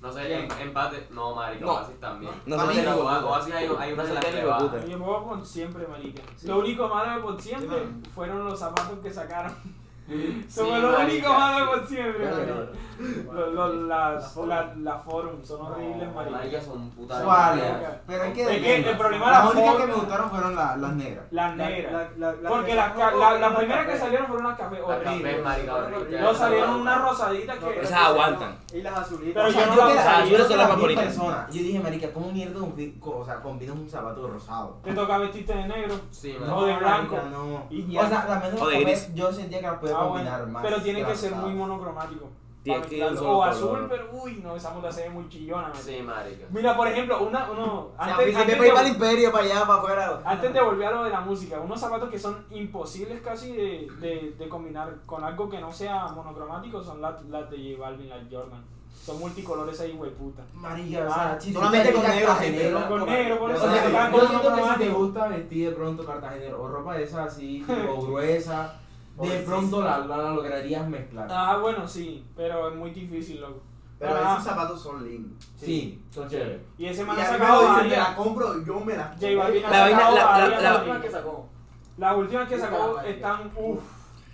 No sé, ¿Quién? em- empate. No, marica, No. Oasis también. No Para se mí tenga Pero no. huevo. Oa- Oasis hay, hay una No de las se que tenga va. huevo. Yo puedo por siempre, marica. Lo único malo de por siempre Sí, mano. fueron los zapatos que sacaron. Sí, Eso fue lo marica, único malo de sí. por siempre, Claro, marica. Lo- lo- las, la, la forum son horribles, marica. Marica son putas. ¿Cuáles? Pero es que... Es que el problema Las era únicas Ford. que me gustaron fueron la- las negras. Las La- negras. la- la- la- Porque las ca- la, la primera que salieron fueron las café Las cafés, horribles. marica, horrible. Luego salieron unas rosaditas No, pero que. Esas es que aguantan. no. Y las azulitas. Pero O sea, yo no yo la que la- usaría. yo no que soy la las más vi en bonita. persona. Yo dije, marica, ¿cómo mierda combi- co- o sea, combinas un zapato rosado? Te toca vestirte de negro. Sí, No, marica. de blanco. marica, no. Y O sea, la menos O de que gris. yo sentía que las podía Ah, combinar bueno. más. Pero tiene que que las ser rosadas. muy monocromático. Tienes pa' que ir a un mezclarlo. solo O color. azul, pero uy, no, esa muta se ve muy chillona. marica. Sí, marica. Mira, por ejemplo, una, uno, O sea, antes, Felipe antes para ir para el de, imperio, para allá, para afuera. antes de volver a lo de la música, unos zapatos que son imposibles casi de, de, de combinar con algo que no sea monocromático son las, las de J Balvin, las Jordan. Son multicolores ahí, güey, puta. María, o sea, solamente con negro, negro. negro. Con negro, por Yo eso siento se que- yo van siento con que si te monocromático. gusta vestir de pronto cartagenero o ropa de esa así, o gruesa, de pronto la, la- la lograrías mezclar. Ah, bueno, sí, pero es muy difícil, loco. Pero Ah. esos zapatos son lindos. Sí, son chéveres. Y ese Y man ha a mí me lo sacado dicen, te varias. la compro, yo me la compro. J Balvin ha La vaina- sacado la- la- varias, la- marica. que sacó. Las últimas que sacó Puta, están, uff.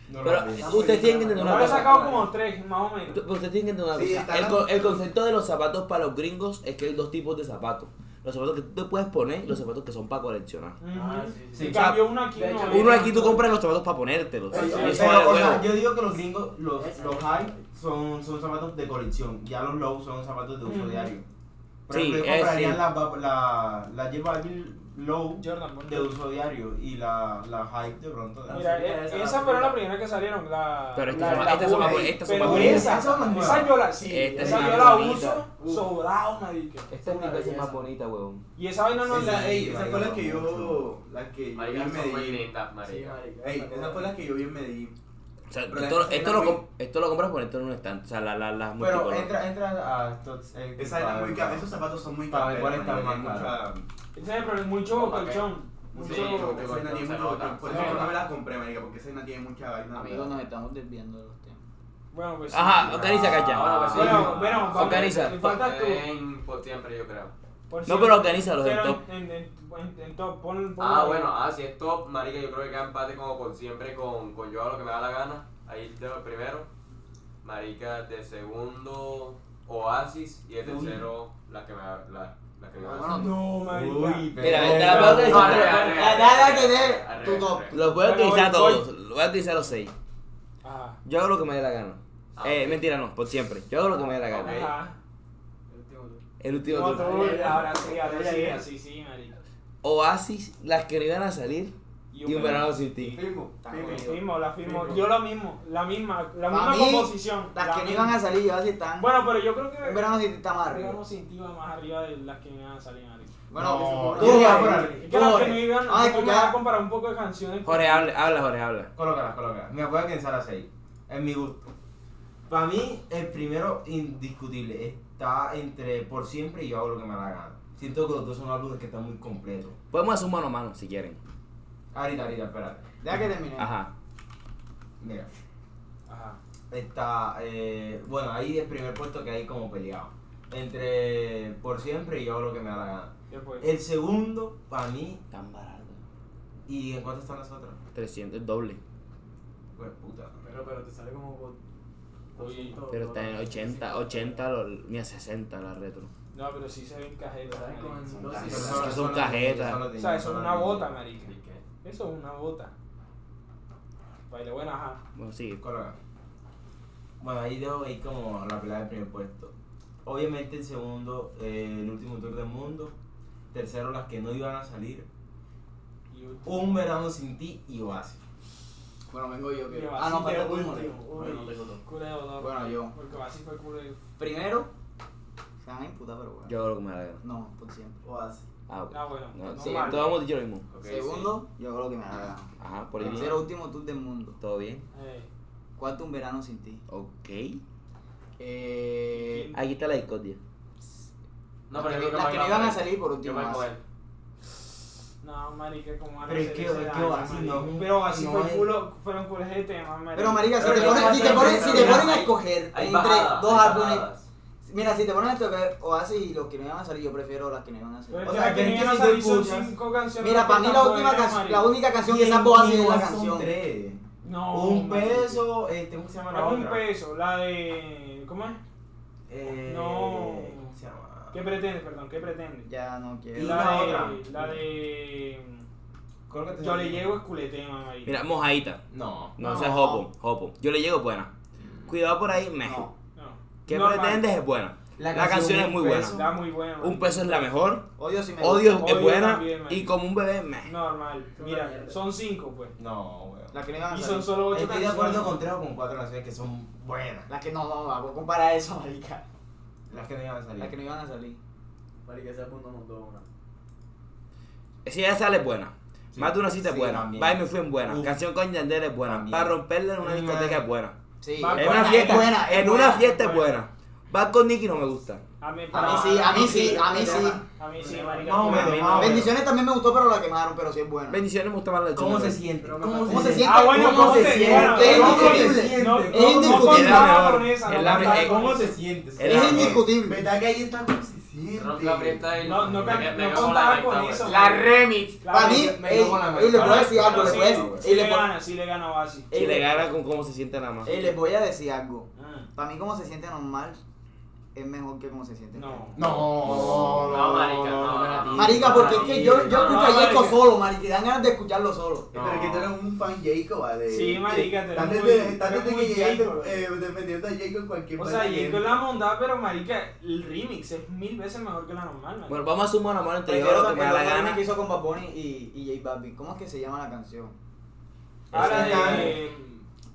No Pero lo ves. ustedes tienen que entender una Ahora he cosa. sacado como tres, más o menos. Pero ustedes tienen que entender una Sí, cosa. está el, la- co- el concepto de los zapatos para los gringos es que hay dos tipos de zapatos. Los zapatos que tú te puedes poner y los zapatos que son para coleccionar. Ah, Ujú. sí, sí. Sí. En cambio, uno aquí De no. hecho, eh. Uno aquí tú compras los zapatos para ponértelos. Pero- Y eso pero, vale Pero, o huevo. sea, yo digo que los gringos, los, los high son, son zapatos de colección, ya los low son zapatos de uso Ujú. diario. Por Sí, ejemplo, yo es compraría sí. la, ba- la, la J Balvin low Jordan, bueno. de uso diario y la, la high de pronto. de- Mira, eh, esas fueron las primeras que salieron. La, Pero estas la- son- la estas son Bull. más bu- estas son Pero más bonitas. esa, Esas son las esa nuevas. yo la, sí, Esta esa es yo más la bonita. uso sobrado, marica. Esta Una es belleza. más bonita, huevón. Y esa vaina no Esa, la... ey, esa fue la que yo. La que yo Marica, bien son muy medí. lindas, Sí, marica. marica. Ey, esa fue la que yo bien medí. O sea, Pero esto, esta esto, es lo, una com- esto lo compras ponértelo en un stand. O sea, la- la- las Pero multicolores. entra, entra a estos. eh, Esa era para- muy cara. Esos zapatos son muy Para caros. ver cuál está más cara. Ese es el problema, mucho Papá, ¿qué? colchón. Mucho, Mucho... Sí, esa porque vaina tiene se mucho nota, Por se eso nota. no me la compré, marica, porque esa no tiene mucha vaina. Amigos, nos estamos desviando de los temas. Bueno, pues... sí. Ajá, organiza, Ah, cacha. sí. Bueno, bueno, vamos, Organiza. te faltas tú. En- por siempre, yo creo. Por No, cierto. pero organízalos en Pero top. en, en, en- en top, pon, pon- Ah, bueno, ah, si es top, marica, yo creo que queda empate como por siempre con, con yo hago lo que me da la gana. Ahí tengo el primero. Marica, de segundo, Oasis. Y de tercero, la que me da la, la que me da la gana. No, marica. Uy, pero. Mira, te la puedo No, arre, organizar. arre, Ah, nada arre, que ver, arre, arre, tu top. arre. Los voy a Bueno, utilizar voy- todos. Los voy a utilizar los seis. Ajá. Yo hago lo que me dé la gana. Ah, eh, ok. mentira, no, por siempre. Yo hago lo que me dé la gana. Ok. Ajá. El último No, turno. tú, ahora sí, ahora sí, así sí, marica. Oasis, las que no iban a salir. Y un verano sin ti. Firmo, firmo. Firmo, la firmo. Firmo. Yo lo mismo, la misma, la Pa' misma mí, composición. Las que no misma. iban a salir, yo así están. Bueno, pero yo creo que. En verano sí está más arriba. Verano sin ti va más arriba de las que me van a salir, marica. Bueno, No, tú, tú, Jorge. Jorge. Es que las que Jorge. no iban, Ah, no me escucha. a comparar un poco de canciones. Jorge, habla, habla, Jorge, habla. Colócalas, colócalas. Me voy a pensar a seis. En mi gusto. Para mí, el primero indiscutible está entre Por Siempre y Yo hago lo que me da la gana. Siento que los dos son álbumes que están muy completos. Podemos hacer un mano a mano si quieren. Ahorita, ahorita, espérate. Deja que termine. Ajá. Mira, Ajá. está. eh, bueno, ahí el primer puesto que hay como peleado. Entre Por Siempre y Yo hago lo que me da la gana. ¿Qué pues? El segundo, para mí, Tan barato. ¿y en cuánto están las otras? 300, el doble. Pues puta. Pero, pero te sale como por. Oye, Pero está en 80, 80, lo- ni a 60 la retro. No, pero sí se ven cajetas. ¿Sabes? marica. Con Pero dosis. son- las- son las niñas, cajetas. son las O niñas, sea, eso son es las una niñas. bota, marica. Eso es una bota. Baile, bueno, ajá. Bueno, sí. Coloca. Bueno, ahí dejo ahí como la pelea del primer puesto. Obviamente el segundo, eh, el último tour del mundo. Tercero, las que no iban a salir. Y último. Un verano sin ti y Oasis. Bueno, vengo yo. que- Pero Ah, no, así falta de tú, último, Jorge. uy, Bueno, tengo dos. culo de dolor. Bueno, yo. Porque así fue culo de- Primero, se van a imputar, pero bueno. Yo hago lo que me da la gana. No, por siempre. O así. Ah, Ah, bueno. bueno. No, normal. sí, todos hemos dicho lo mismo. Ok, sí. Segundo, yo hago lo que me da la gana. Ajá, por ahí. Tercero, último tour del mundo. Todo bien. Eh, Cuarto, un verano sin ti. Ok. Eh, Aquí está la discordia. No, las pero que, yo creo que las que Mike no va iban a él. salir por Yo último. voy más. con él. No, marica, como van a Pero es hacer que- ese es que daño, así no es un- Pero así no fue es- culo, fueron culos de tema, marica. Pero marica, si Pero te yo ponen, no si sé, te ponen, si pero te mira, ponen a hay- escoger Hay entre bajadas, dos hay álbumes, bajadas. mira, si te ponen a escoger Oasis y los que no iban a salir, yo prefiero las que no iban a Pero salir. es O que sea, las que pero es que no si salí tú son escuchas- cinco canciones. Mira, que para mí la están última buenas, canción, marica. la única canción que Y sacó en- Oasis y es la Oasis son canción. tres. No, un marica. peso, este, ¿cómo se llama la Es un otra? peso, la de. ¿Cómo es? Eh, No. ¿Cómo se llama? ¿Qué pretende? Perdón, ¿qué pretende? Ya no Y quiero. la, la de. otra. La de. mm, Colócate Yo esa le niña. llego es culetema, marica. Mira, mojadita. No. No, No. esa es Hopo. Hopo. Yo le llego buena. Cuidado por ahí, mejor. No. No. ¿Qué Normal. pretendes? Es buena. La, canción es muy Un buena. Peso. Está muy buena. Un marica. peso es la mejor. Odio si me Odio, Odio es buena. también, y marica. como un bebé, meh. Normal. Mira, son cinco, pues. No, weón. Las que no iban a Y salir. son solo ocho Estoy de acuerdo canciones. con tres o con cuatro canciones que son buenas. Las que no, no, vamos a comparar eso, marica. Las que no iban a salir. Las que no iban a salir. Marica, ese punto montó una. Si ella sale es buena. Sí. Más de una cita es Sí, buena. también. Bye me fui en buena. Uf. Canción con Yandel es buena. También. Para romperla en una Mm. discoteca es buena. Sí. Va- En buena, una fiesta. es buena, es en una buena, fiesta es es buena. Va con Nicky no me gusta. A mí, A mí no, sí, a mí sí, a mí sí. A mí sí, marica. Más o menos, a mí más o menos. Bendiciones también me gustó, pero la quemaron, pero sí es buena. Bendiciones me gusta más la de ¿Cómo Chino se Rey. siente? Pero ¿Cómo se me- ¿Cómo se siente? siente? Ah, bueno, ¿Cómo ¿cómo se se siente? siente? Es ¿Cómo se indiscutible. siente? No, Es no, no indiscutible. contaba con esa, Es no la- contaba eh, con ¿cómo esa. siente? El Es amor. indiscutible. Verdad que ahí está Eh, como se siente. La freestyle. No, no, me- no, me- me no cago en contaba la pues. con recta, eso. güey. La remix. La Para mí, remix, me ey, cago en la ey, le mesa. voy a decir algo, Pero le sí, voy a decir. Sí ey, le le voy- gana, sí le gana a Oasis. Y le gana con cómo se siente nada más. ey, les voy a decir algo. Ah, Para mí, como se siente normal, es mejor que como se siente. No. No, no, No, marica, no, no, no, no, no. Marica, porque es que yo, yo No, escucho a marica. Yeco solo, marica, y dan ganas de escucharlo solo. Eh, Pero que tú eres un fan Jacob, ¿vale? Sí, marica, tú eres Antes muy- de, antes eres de muy que llegaste Jacob. eh, defendiendo a Jacob en cualquier O sea, parte que Jacob entre. la mondada, pero marica, el remix es mil veces mejor que la normal, marica. Bueno, vamos a sumar amor entre yo Prefiero lo que me da la el remix gana. que hizo con Bad Bunny y, y J Balvin. ¿Cómo es que se llama la canción? Ahora ese de...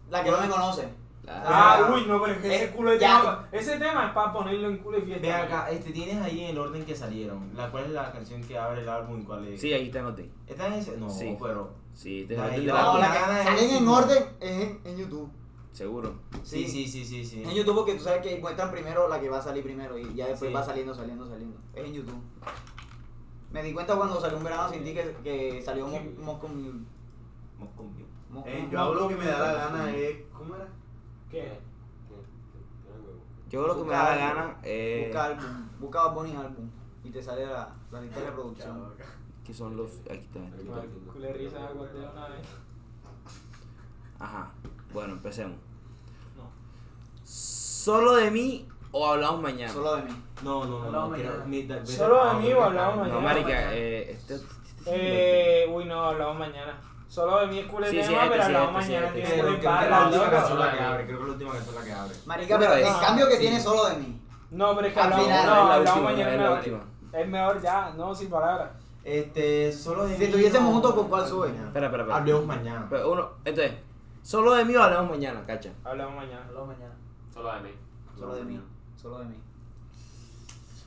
La que no me conoce. Ah, Ah, uy, no, pero es que eh, ese culo de ya. tema... Ese tema es para ponerlo en culo de fiesta. Ve marica. acá, este, tienes ahí en el orden que salieron. La, ¿Cuál es la canción que abre el álbum y cuál es? Sí, ahí te anoté. ¿Está en ese? No, Sí. pero. Sí, te Ahí anoté. el de va. No, álbum. la que nada de salen en éxito. orden es en, en YouTube. Seguro. Sí, sí, sí, sí. sí. En YouTube porque tú sabes que muestran primero la que va a salir primero y ya después Sí. va saliendo, saliendo, saliendo. Es en YouTube. Me di cuenta cuando salió un verano sin ti que, que salió Mo- Moscow Mule. Moscow Mule. Moscow Eh, Mule. yo hago lo que me da la gana, eh. ¿Cómo era? ¿Qué? Yo lo que me Busca da la algo. gana. eh, Busca álbum, busca Bad Bunny álbum y te sale la, la lista de reproducción. que son los. Aquí está. aquí está. Culo de Ah, risa, aguanté una vez. Ajá. Bueno, empecemos. No. ¿Solo de mí o hablamos mañana? Solo de mí. No, no, no. no Hablamos quiero- mañana. mi- da- Solo ah, de mí o hablamos no, mañana. marica, eh, este, Eh, uy, no, hablamos mañana. Solo de mí es culo de Sí, tema, sí, este, pero sí, hablamos este, sí, mañana. este, Tiene sí. culo Creo de que es pala, la loco. última canción la que abre. Creo que es la última canción la que abre. Marica, Una pero vez. el cambio que Sí. tiene solo de mí. No, pero es que Al hablamos, final, no, es la hablamos última, mañana. es la mejor. última. Es mejor ya, no, sin palabras. Este, solo de Si estuviésemos no- juntos, ¿con cuál sube? Espera, espera, espera. Hablemos mañana. Pero uno, entonces, solo de mí o hablamos mañana, cacha. Hablamos mañana. Hablamos mañana. Solo de mí. Solo de mí. Solo de mí.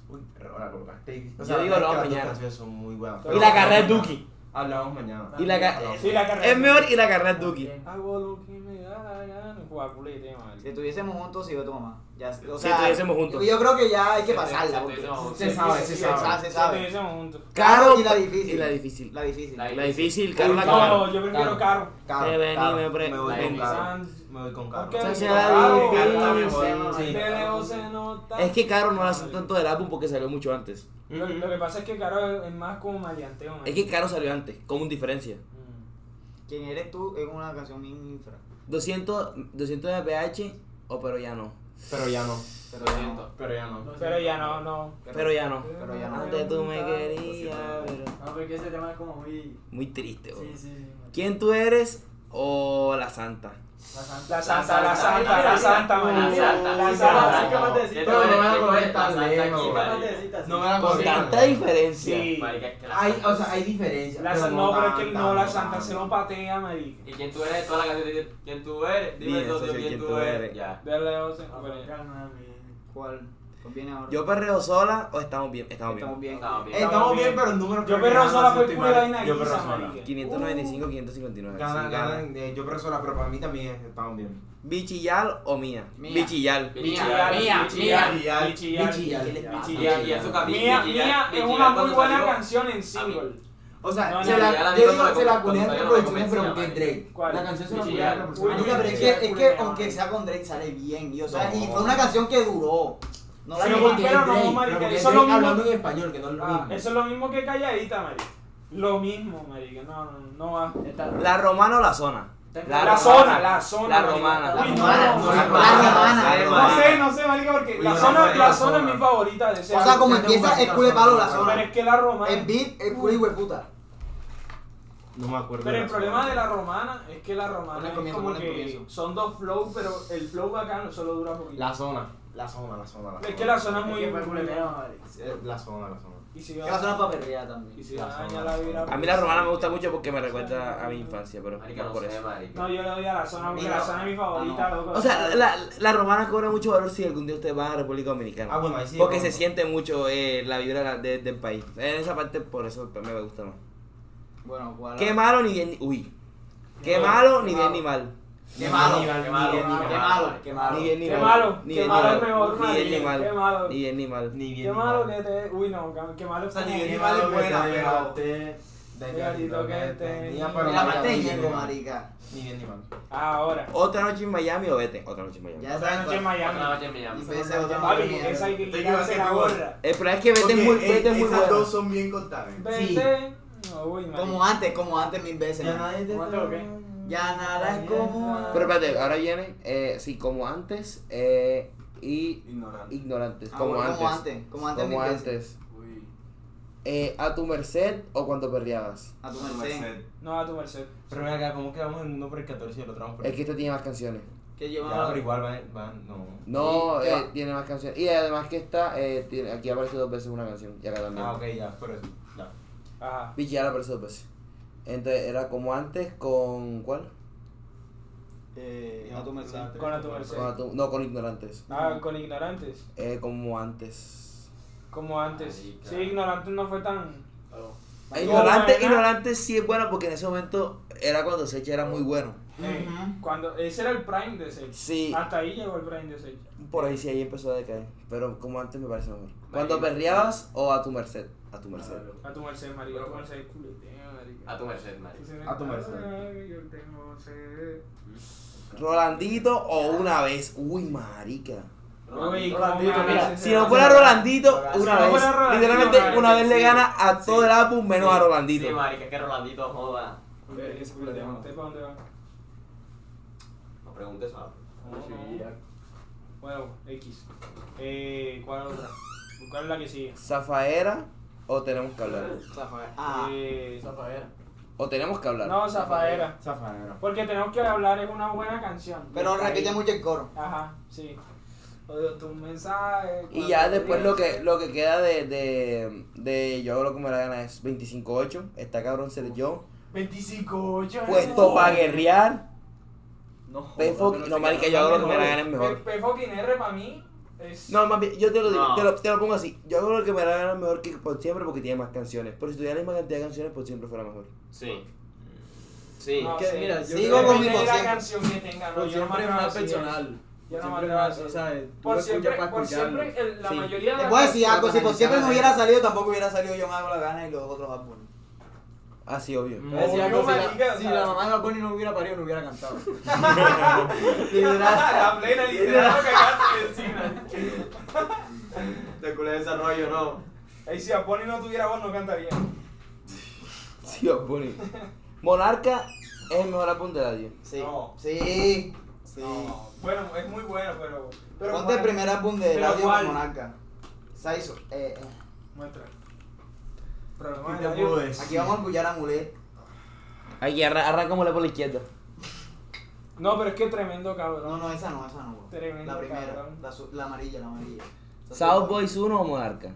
Uy, pero ahora colocaste. Yo digo es que hablamos las dos mañana. canciones son muy buenas. Y Y pero- la carrera es Duki. Hablamos mañana. Y la ca- Hablamos Sí, la carrera. Es mejor y la carrera es Duki. Hago lo que me da la gana. Jugar culo de tema, Si marica. estuviésemos juntos, sigo tu mamá. Ya, o sea, Si estuviésemos juntos. Yo creo que ya hay que pasarla. Sí, Porque no, Se sí. sabe, se Sí, sabe. Ah, se sabe. Si estuviésemos juntos. Caro y la difícil. Y la difícil. La difícil. La- La difícil, Caro la cara. No, yo Caro. prefiero caro. Caro, Eh, vení, Caro, me pre- me voy Vení. con Caro. San- Me voy con Ok, Caro. Se hace caro, la caro, difícil. sí. Sí. De lejos se nota. Es que Caro no la hace tanto del álbum porque salió mucho antes. Lo, lo que pasa es que Caro es más como maleanteo. Es marica. que Caro salió antes, con diferencia. Mm. ¿Quién eres tú? Es una canción bien infra. 200, 200 de pH, o oh, pero ya no. Pero ya no. Pero Lo ya siento. no. Pero ya no. Pero ya no, no. Pero ya no. Pero ya no. Antes tú me querías, pero... No, porque ese tema es como muy. Muy triste, bro. Sí, sí, sí. ¿Quién tú eres o la santa? La santa. La santa, la santa, la santa, La man. santa, La la santa. santa. capaz de decir Yo todo, te no me voy a- van a yo te voy a- conectar la santa lejos, aquí, Capaz de marica. decir así. No me la Con tanta diferencia. Sí. Marica, es que la Hay, santa- o sea, hay diferencias. La santa, no, pero es que tanta, no, la no santa tanta. se lo patea, marica. ¿Y quién tú eres? Toda la canción dice, ¿quién tú eres? Dime Dime, eso, socio, tío, ¿quién tú eres? Ya. De lejos se Ah, bueno, ya. calma, mi. ¿Cuál? Pues viene ahora. ¿Yo perreo sola o estamos bien? Estamos Estamos bien. bien. Estaba bien. Eh, Estamos bien, pero el número Yo creo que perro gana, si sola fue no el estoy culo de mal. vaina Yo perro guisa, sola. marica. 595, 559. Ganan, sí, gana. ganan. eh, Yo perro sola, pero para mí también es- estamos bien. ¿Bichillal o mía? Mía. Bichillal. Bichillar, Mía, bichillar, mía, bichillar, bichillar. bichillar, ¿Qué le Ah, bichillar. pasa? Bichillar, y eso cambió. Mía, Bichillar, mía es bichillar una muy cuando buena salió. canción en single. O sea, No, se no, ya la la, vi yo digo, cuando- se la cuando culé entre salió la producciones, pero con competencia, Drake. ¿Cuál? La canción se la culé Bichillar. entre Uy, producciones. Marica, pero es que, es que aunque sea con Drake sale bien. Y, o sea, y fue una canción que duró. No la Sí, llevó porque- tiempo. pero no, Drake, marica, porque eso es Drake lo mismo. hablando en español, que no es lo Ah, mismo. eso es lo mismo que calladita, marica. Lo mismo, marica. No, no, no va. ¿La romana o la zona? La, romana. zona, la zona. La romana, marica. la Uy, no, romana, no, no, no, la no, romana, la No sé, romana. no sé, marica, porque Uy, la no, zona, no, la la zona es zona. mi favorita de ese O sea, álbum. como empieza, es culo de palo la Pero zona. es que la romana. El beat es culo y hueputa. No me acuerdo. Pero de el la problema zona. de la romana es que la romana Ponle es comienzo, como ponle que comienzo. son dos flows, pero el flow bacano solo dura poquito. La zona. La zona, la zona, la zona. Es que la zona es muy. que fue culetero, marica. Eh, La zona, la zona. Y Es si una va, zona para perrear y también. si va a dañar la pues vibra. A mí la romana me gusta mucho porque me recuerda a mi infancia, pero Marica, no no por sé, eso. marica. No, yo le doy a la zona porque Mira, ah, la zona es mi favorita, loco. O sea, la, la romana cobra mucho valor si algún día ustedes van a República Dominicana. Ah, bueno, ahí sí. porque se bueno. siente mucho eh, la vibra la- de- del país. En esa parte, por eso me gusta más. Bueno, ¿cuál? Qué malo ni bien ni. Uy. Qué malo ni bien ni mal. Qué malo, Qué qué malo, malo, qué qué malo. malo, qué malo. Ni bien ni Qué mal. malo, Ni qué bien ni malo mal. es mejor, Ni bien ni marica, qué mal. malo. Ni bien ni mal. Ni bien. ni Qué malo mal. que te. Uy, no, qué- qué malo. O sea, es ni como- bien ni Qué mal es malo que buena, te pero. dejaste de Gatito gatito que que tenía, tenía. pero La no parte de era Ñengo, bien. marica. Ni bien ni mal. Ahora. Otra noche en Miami o vete. Otra noche en Miami. Ya Otra sabes. noche en cuál. Miami. Otra noche en Miami. Y pese a otra Papi, noche en Miami. esa hay que Te quitarse llevaste la tú. gorra. El problema es que vete Porque es muy, vete es muy eh, esas bueno. dos son bien contables. Sí. Vete. No, uy, marica. Como antes, como antes mil veces. Ya man. nadie te ¿Cuánto o qué? Ya nada es como antes. Pero espérate, ahora viene, eh, sí, como antes eh, y Ignorante. ignorantes. Ah, como, bueno, antes, como antes, como antes como mil veces. antes. Uy. Eh, a tu merced o cuando perreabas. A tu Su merced. merced. No, a tu merced. Pero ven acá, ¿cómo quedamos en uno por el 14 y el otro vamos por el Es que este tiene más canciones. Que Ya, Ah. llevaba. pero igual van, van no. No, Sí, eh, ya. tiene más canciones. Y además que está, eh, tiene- aquí aparece dos veces una canción. Y acá también. Ah, ok, ya, por eso. Ya. Ajá. Bichi ya la aparece dos veces. Entonces era como antes con. ¿Cuál? Eh, a tu merced. Con a tu merced. Con a tu- no, con ignorantes. Ah, con ignorantes. Eh, como antes. Como antes. Marica. Sí, ignorantes no fue tan. Ah, Como Ignorante, buena. ignorante sí es buena porque en ese momento era cuando Secha era muy bueno. eh, cuando ese era el prime de Sage. Sí. Hasta ahí llegó el prime de Sage. Por ahí sí, ahí empezó a decaer. Pero como antes me parece mejor. Cuando Marica. perreabas o a tu merced. A tu merced. A tu merced, marica. A tu merced, culeteo, marica. A tu merced, marica. A tu merced. Ay, yo tengo sed. Rolandito o una vez. Uy, marica. Uy, Rolandito, como Rolandito, a mira, veces Si se no hace fuera la- Rolandito, Si una no vez. fuera Rolandito, Literalmente una una vez, vez le sí. gana a todo el álbum menos a Rolandito. Sí, marica, que Rolandito joda. Ustedes, ¿qué culeteo? ¿Ustedes para dónde van? No preguntes más. Bueno, X. Eh, ¿Cuál otra? ¿Cuál es la que sigue? Zafaera o tenemos que hablar. Ah, Eh, Zafaera. O tenemos que hablar. no, Zafaera. Zafanero. Porque tenemos que hablar, es una buena canción. pero Está ahí. repite mucho el coro. Ajá, sí. Odio tus mensajes. Y ya después lo que lo que queda de, de, de yo hablo como me la gana es 25-8. Está cabrón ser yo. 25, 8. Puesto para guerrear. No. Pefo, jodas, no, marica, se yo llama. hablo que me la gana es mejor. P-Fucking R para mí es. No, más bien, yo te lo digo, No. te, lo, te lo pongo así. Yo hago lo que me la gana mejor que por siempre porque tiene más canciones. Pero si tuviera la misma cantidad de canciones, por siempre fuera mejor. Sí. Sí. No, que, sí. mira, yo Sigo creo con que mi Depende de la conciencia. canción que tenga, no, por yo no siempre es mandaba más así, personal. Yo no Por siempre mandaba más, así. o sea, tú Por lo escuchas siempre, para por escucharlo. siempre el- la Sí. mayoría de Te las puedo decir algo, si por Satanás, siempre no Satanás. hubiera salido, tampoco hubiera salido Yo me hago la gana y los otros álbumes. Así, obvio. Te voy a decir Obvio, algo, si la- marica, si o sea. la mamá de Bad Bunny no hubiera parido, no hubiera cantado. la plena literal que cagaste encima. Te culé de desarrollo, no. Ahí si Aponi no tuviera voz no cantaría. Sí, Bad Bunny. Monarca es el mejor álbum de radio. Sí. No. Sí. Sí. No, bueno, es muy bueno, pero. pero Ponte bueno, el primer álbum de Pero Radio ¿cuál? Monarca. Saizo. Eh, eh, Muestra. Problema ¿Qué de te puedo radio. pues. decir? Aquí vamos a escuchar a Mulet. Aquí arranca arrancámosle por la izquierda. No, pero es que tremendo No, cabrón. no, esa no, esa no. bro. Tremendo La primera. cabrón. La, azul- la amarilla, la amarilla. Esa South sí, Boys 1 o Monarca.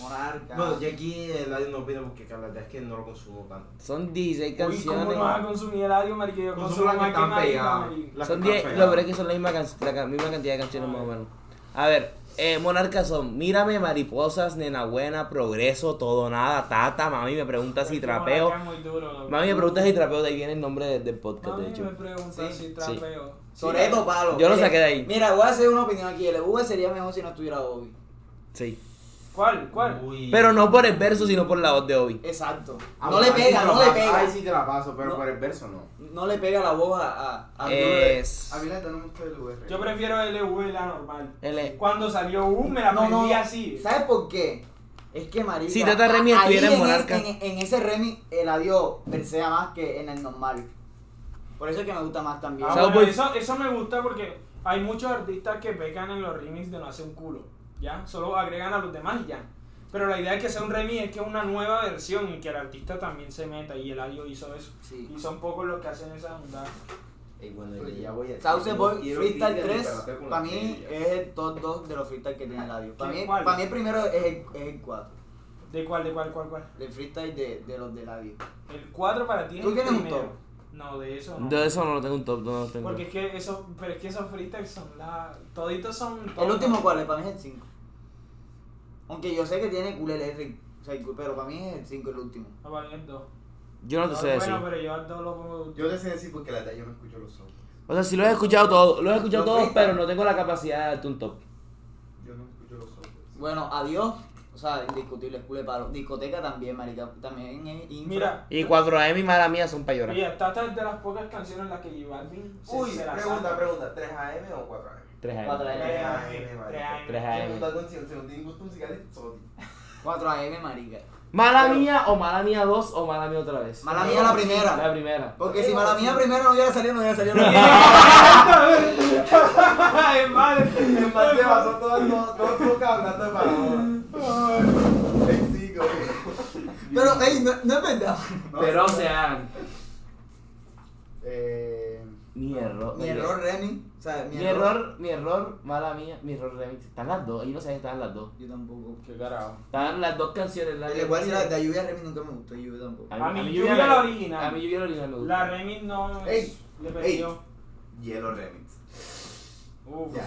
Monarca. No, yo aquí el radio no opino porque la verdad es que no lo consumo tanto. Son 16 Uy, ¿cómo canciones. no vas a consumir el audio, marica? Yo Consumo consumo las que más que están marica, pegadas. marica. las Son que están 10, lo pegadas. verdad es que son la misma, can- la ca- misma cantidad de canciones más o menos. A ver, eh, Monarca son Mírame, Mariposas, Nena Buena, Progreso, Todo Nada, Tata, Mami me pregunta si Es que trapeo. Monarca es muy duro, loco. Mami me pregunta si trapeo, de ahí viene el nombre de- del podcast, de Mami me hecho. pregunta Sí, si trapeo. Soreto, palo. Yo lo Eh, saqué de ahí. Mira, voy a hacer una opinión aquí. El V sería mejor si no estuviera Bobby. Sí. ¿Cuál? ¿Cuál? Uy. Pero no por el verso, sino por la voz de Obi. Exacto. Ah, No bueno, le ahí pega, sí te no la le paso, Ahí pega. sí te la paso, pero No. por el verso no. No le pega la voz a. a, a Es. A mí la verdad no me gusta el VR. Yo prefiero LV la normal. Él es- Cuando salió U me la No, aprendí no. así. Ah, ¿Sabes por qué? Es que María. Si Tata Remy estuviera en Monarca. En, en ese Remy, el adiós persea más que en el normal. Por eso es que me gusta más también. Ah, South bueno, Boy- eso, eso me gusta porque hay muchos artistas que pecan en los remix de no hacer un culo. ¿Ya? Solo agregan a los demás y ya. Pero la idea de que sea un remix es que es una nueva versión y que el artista también se meta y el audio hizo eso. Sí. Y son pocos los que hacen esa onda. Eh, bueno, pues yo ya voy a Sauce no Boy quiero Freestyle críticas ni 3, carajo con para las mí críticas. es el top 2 de los freestyle que tiene Eladio. Para mí, ¿Cuál? para mí el primero es el, es el 4, ¿De cuál, de cuál, cuál, cuál? el freestyle de, de los de Eladio. El 4 para ti es ¿Tú el tienes un primero. top? No, de eso no. De eso no lo tengo un top, no lo tengo. Porque es que esos, pero es que esos freestyles son la. Toditos son. El top. último, ¿cuál es? Para mí es el 5. Aunque yo sé que tiene culele ring, o sea, pero para mí es el 5 el último. No, para mí es dos. Yo no te sé decir. Ah, Bueno, pero yo al dos lo pongo. Yo te sé decir porque la verdad yo no escucho los sons. O sea, sí los he escuchado todos, los he escuchado Los todos, freestyle. pero no tengo la capacidad de darte un top. Yo no escucho los sons. Bueno, adiós, o sea, indiscutible, es culé palo. Discoteca también, marica, también es infra. Mira. Y 4AM y Mala Mía son para llorar. Oye, esta esta es de las pocas canciones en las que J Balvin se, Uy, se la pregunta, saca. pregunta, ¿3 AM o 4 AM? 3AM. 3 AM, 3 AM. 3 Yo AM. preguntaba si no tienen gusto musical es Soti. 4 AM, marica. Mala Pero- Mía o Mala Mía 2 o Mala Mía otra vez. Mala mía la primera. La primera. Porque si mala mía primero no hubiera salido, no hubiera salido la es madre. El man se pasó todo el todo el podcast hablando de palabras. Ven, sí, güey. Pero, ey, no, no es verdad. No, Pero o sea, Eh, mi error. Mi error, Remy. O sea, mi, Mi error, mi error, mala mía, mi error remix. Están las dos, yo no sé si están las dos. Yo tampoco. Qué carajo. Están las dos canciones. La Le voy a decir, la, la lluvia Remy nunca me gustó, lluvia tampoco. A mí Lluvia la original. A mí lluvia la original me gusta. La remix no. Ey, le ey. perdió. Hielo Remix. Uf. Ya.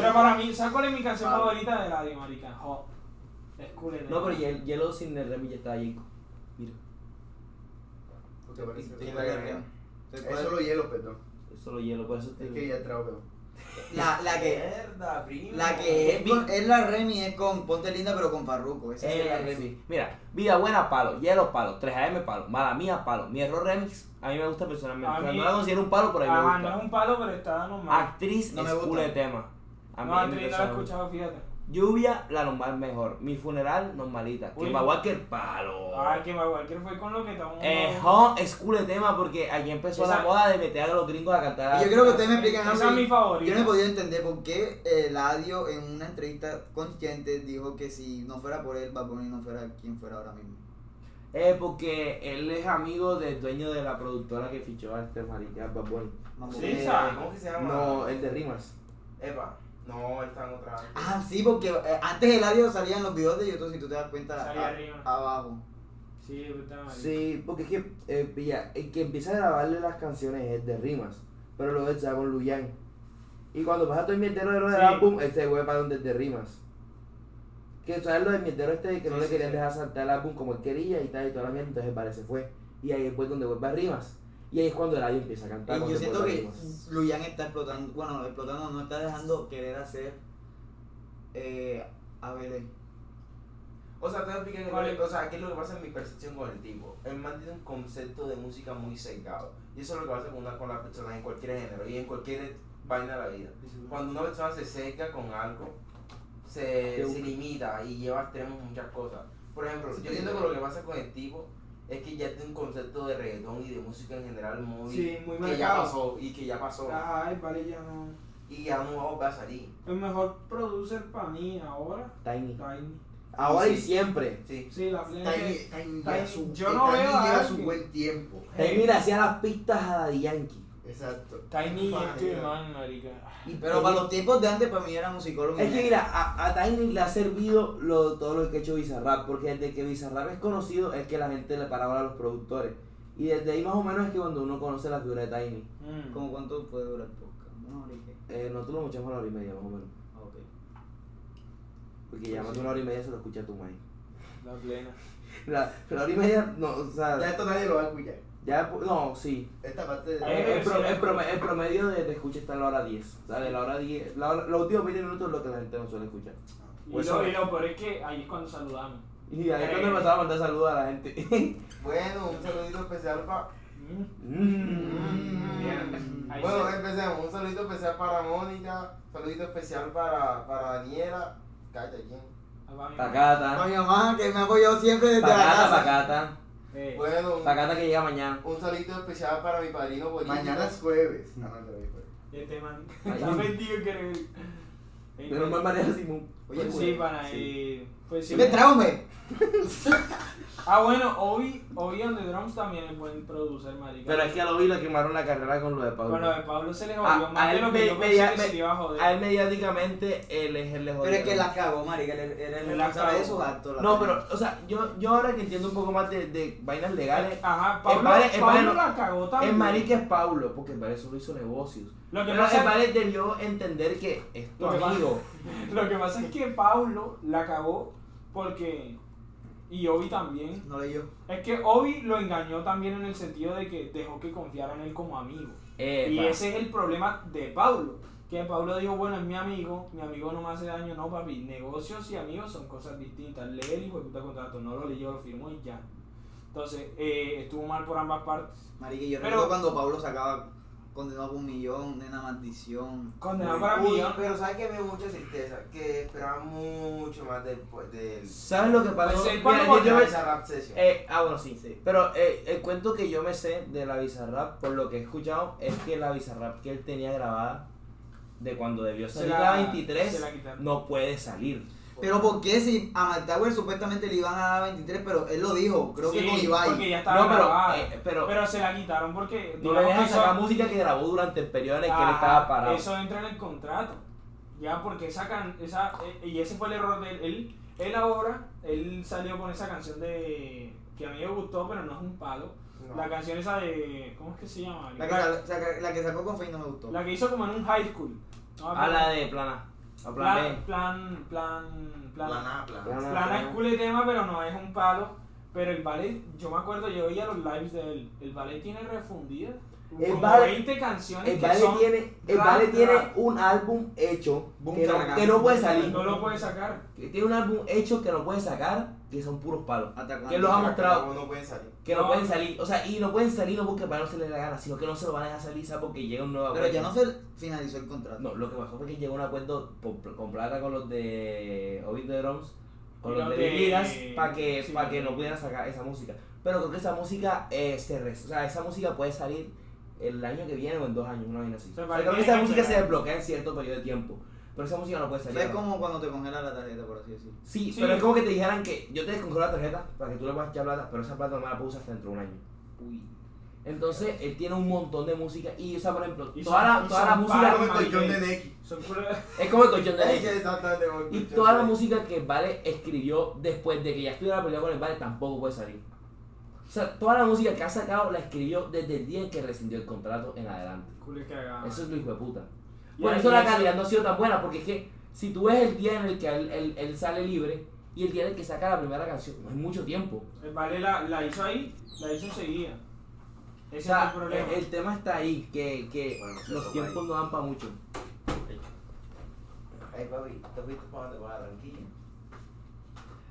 Pero para mí, ¿sabes cuál es mi canción favorita de la de Marica? Jo. Es cool, ¿eh? No, pero Ye- Yellow sin el remix ya está ahí. Mira, ¿Qué te parece? Y- y la guerra. Es solo hielo, perdón. es Pues solo hielo, por eso te Es que ya trago. pero- La, la que, Mierda, primo. la que es, con- es la Remy es con Ponte Linda, pero con Farruko. Esa Eh, es la la Remy. remix. Mira, Vida Buena palo, Hielo palo, 3AM palo, Mala Mía palo, Mi Error remix, a mí me gusta personalmente. A O sea, mí- no la considero un palo, pero a mí Ajá, me no es gusta. un palo, pero está normal. Actriz No es me gusta. culo de tema. A mí no, me Andrés no la he parece- escuchado, fíjate. Lluvia, la normal mejor. Mi funeral, normalita. Uy. Que va Walker, palo. Ay, Ah, que va, cualquier fue con lo que estamos. Eh, jo, es cool el tema porque aquí empezó Esa- la moda de meter a los gringos a cantar. Y yo creo que ustedes me explican Esa es mi algo. favorita. Yo no he podido entender por qué eh, Eladio en una entrevista consciente dijo que si no fuera por él, Bad Bunny no fuera quien fuera ahora mismo. Eh, porque él es amigo del dueño de la productora que fichó a este marica, a Bad Bunny. Mambo. Sí, sa. ¿Cómo que se llama? No, el de rimas. Epa. No, está en otra. Ah, sí, porque eh, antes Eladio salía en los videos de YouTube, si tú te das cuenta, Salía a- arriba. abajo. Sí, puta madre. Sí, porque es que, eh, pilla, el que empieza a grabarle las canciones es de rimas, pero luego está con Luyan. Y cuando pasa todo el mierdero de lo del Sí. álbum, este güey para donde es de rimas. Que sabes lo del mierdero este de que no Sí, le sí, querían sí. dejar saltar el álbum como él quería y tal y toda la mierda, entonces parece fue. Y ahí es pues donde vuelve a rimas. Y ahí es cuando el audio empieza a cantar. Y cuando yo siento vuelve a que rimas. Luyan está explotando, bueno, explotando, no está dejando querer hacer eh, a Belén. O sea, te voy a explicar que- ¿Cuál es? o sea, qué es lo que pasa en mi percepción con el tipo. El man tiene un concepto de música muy sesgado. Y eso es lo que pasa con, una, con las personas en cualquier género y en cualquier vaina de la vida. Cuando una persona se seca con algo, se, se limita y lleva a extremos muchas cosas. Por ejemplo, yo siento que lo que pasa con el tipo es que ya tiene un concepto de reggaetón y de música en general muy... Sí, muy que ya marcado. Ah. pasó y que ya pasó. Ay, vale, ya no. Y ya no va a salir. El mejor producer para mí ahora, Tiny. Tiny. Ahora y Sí. siempre. Sí. Sí, la plena. que- lleva Tiny- yo no Tiny veo a lleva alguien. tiempo. Tiny le hacía las pistas a Daddy Yankee. Exacto. Tiny Vale. es que man, marica. Y Pero para los tiempos de antes, para mí era musicólogo. Es que mira, a, a Tiny le ha servido lo, todo lo que ha hecho Bizarrap, porque desde que Bizarrap es conocido es que la gente le paraba a los productores. Y desde ahí más o menos es que cuando uno conoce la figura de Tiny, Mm. ¿Cómo cuánto puede durar el podcast? Una hora y qué. eh, nosotros lo escuchamos a la hora y media más o menos. Ah, ok. Porque ya más de una hora y media se lo escucha a tu mãe. La plena. La, la hora y media, no, o Ya sea, esto nadie lo va a escuchar. ya, po- no, sí. Esta parte Eh, de. Ahí El, ves. pro- el prome- el promedio de, de escucha está en la hora 10. O sea, de la hora 10, la hora- los últimos 20 minutos es lo que la gente no suele escuchar. Y, Pues lo, sabe. y lo peor es que ahí es cuando saludamos. Y ahí es cuando empezaba a mandar saludos a la gente. Bueno, un saludito especial para. Mm. Mm. Bien. Ahí Bueno, se- empecemos. Un saludito especial para Mónica. Un saludito especial para, para Daniela. Cállate, ¿quién? Ah, va, mi mamá. Pacata. A mi mamá, que me ha apoyado siempre desde la Pacata, casa. pacata. Eh, Pues, Bueno, un, Pacata que llega mañana. un saludito especial para mi padrino Bolívar. Mañana es jueves. No, no, este man. Ahí. Está metido que eres. Menos mal maneja Simón. Oye, sí, para eh, Pues sí. ¡Me traume! Ah, bueno, Obi, Obi on the Drums también es buen producer, marica. Pero aquí a lo vi le quemaron la carrera con lo de Pablo. Con lo de Pablo se le A- jodió a más de él lo me- que yo me- pensé que me- se le iba a joder. A él mediáticamente él es el le Pero es que la cagó, marica. Él él es La responsable de cagó. sus actos. la No, verdad. pero, o sea, yo, yo ahora que entiendo un poco más de, de vainas legales, Ajá, Pablo, padre- el Pablo padre- la cagó también. el marica es Pablo, porque el padre solo hizo negocios. Lo que Pero pasa el es- padre debió entender que es tu Lo que pasa- amigo. Lo que pasa es que Pablo la cagó porque. Y Obi también. No leyó. Es que Obi lo engañó también en el sentido de que dejó que confiara en él como amigo. Eh, Y pa. ese es el problema de Pablo. Que Pablo dijo, bueno, es mi amigo, mi amigo no me hace daño, no, papi. Negocios y amigos son cosas distintas. Lee el hijo de puta contrato, no lo leyó, lo firmó y ya. Entonces, eh, estuvo mal por ambas partes. Marica, yo Pero- recuerdo cuando Pablo sacaba condenado por un millón, nena maldición. Condenado para Uy, millón. Pero sabes que me dio mucha tristeza, que esperaba mucho más después del... ¿Sabes lo que pasó? Pues, eh, Mira, ¿cuándo yo- yo de me- esa rap session. Eh, ah, bueno, sí. Pero eh, el cuento que yo me sé de la Bizarrap, por lo que he escuchado, es que la Bizarrap que él tenía grabada de cuando debió salir la, 23 se la quitaron. no puede salir. Pero ¿por qué si a McDowell supuestamente le iban a dar 23, pero él lo dijo, creo Sí, que con Porque Ibai. ya estaba No, pero, grabada. eh, pero, Pero se la quitaron porque. no le dejan digamos que sacar eso- música que grabó durante el periodo en el que él Ajá, estaba parado. Eso entra en el contrato. Ya, porque esa can- esa eh, y ese fue el error de él. él. él ahora, él salió con esa canción de que a mí me gustó, pero no es un palo. No. La canción esa de ¿cómo es que se llama? La que, sal- saca- la que sacó con Fein no me gustó. la que hizo como en un high school. No, A Ah, la de plana. A plan plan plan plan plan Plana, plana. B. Plan Plana es A, plan A. cool el tema, pero no es un palo. Pero el ballet, yo me acuerdo, yo veía los lives de él. El ballet tiene refundidas El como ballet- 20 canciones El que Vale son- tiene, el rap, Vale tiene rap. un álbum hecho Boom, que no, cargado. que no puede salir. no lo puede sacar. Tiene un álbum hecho que no puede sacar, que son puros palos. Hasta cuando- Que los ha mostrado. No, no pueden salir. Que no, No. pueden salir, o sea, y no pueden salir no porque para no se les dé la gana, sino que no se lo van a dejar salir, ¿sabes? Porque llega un nuevo Pero acuerdo. ya no se finalizó el contrato. No, lo que pasó fue que llegó un acuerdo por- con plata con los de Ovid de Drums, con Y los los de de- Ligas, para que, sí. pa' que no pudieran sacar esa música. Pero creo que esa música eh, se res- o sea, esa música puede salir el año que viene o en dos años, una vaina así. O sea, O sea, para creo que que esa tiene que música se esperar. desbloquea en cierto periodo de tiempo. Pero esa música no puede O salir. sea, es ahora. como cuando te congela la tarjeta, por así decirlo. Sí, Sí. pero es como que te dijeran que yo te descongelo la tarjeta para que tú le puedas echar plata, pero esa plata no me la puedo usar hasta dentro de un año. Entonces, él tiene un montón de música y, o sea, por ejemplo, Y toda son- la, y toda son la palos, música... Como el colchón de Mike. Neki. Son puras- Es como el colchón de Es leche. que exactamente como el Y colchón toda de la Neki. música que Vale escribió después de que ya estuviera peleado con el Vale tampoco puede salir. O sea, toda la música que ha sacado la escribió desde el día en que rescindió el contrato en adelante. Culo cagado. Eso es lo hijo de puta. Y Por ahí eso la eso- calidad no ha sido tan buena, porque es que si tú ves el día en el que él, él- él sale libre y el día en el que saca la primera canción, no es mucho tiempo. El vale la, la hizo ahí, la hizo seguida. Ese O sea, e- fue el el, problema. el tema está ahí, que, que Bueno, se los toma tiempos ahí. no dan para mucho. Ey, papi, ¿te fuiste para donde va la tranquilla?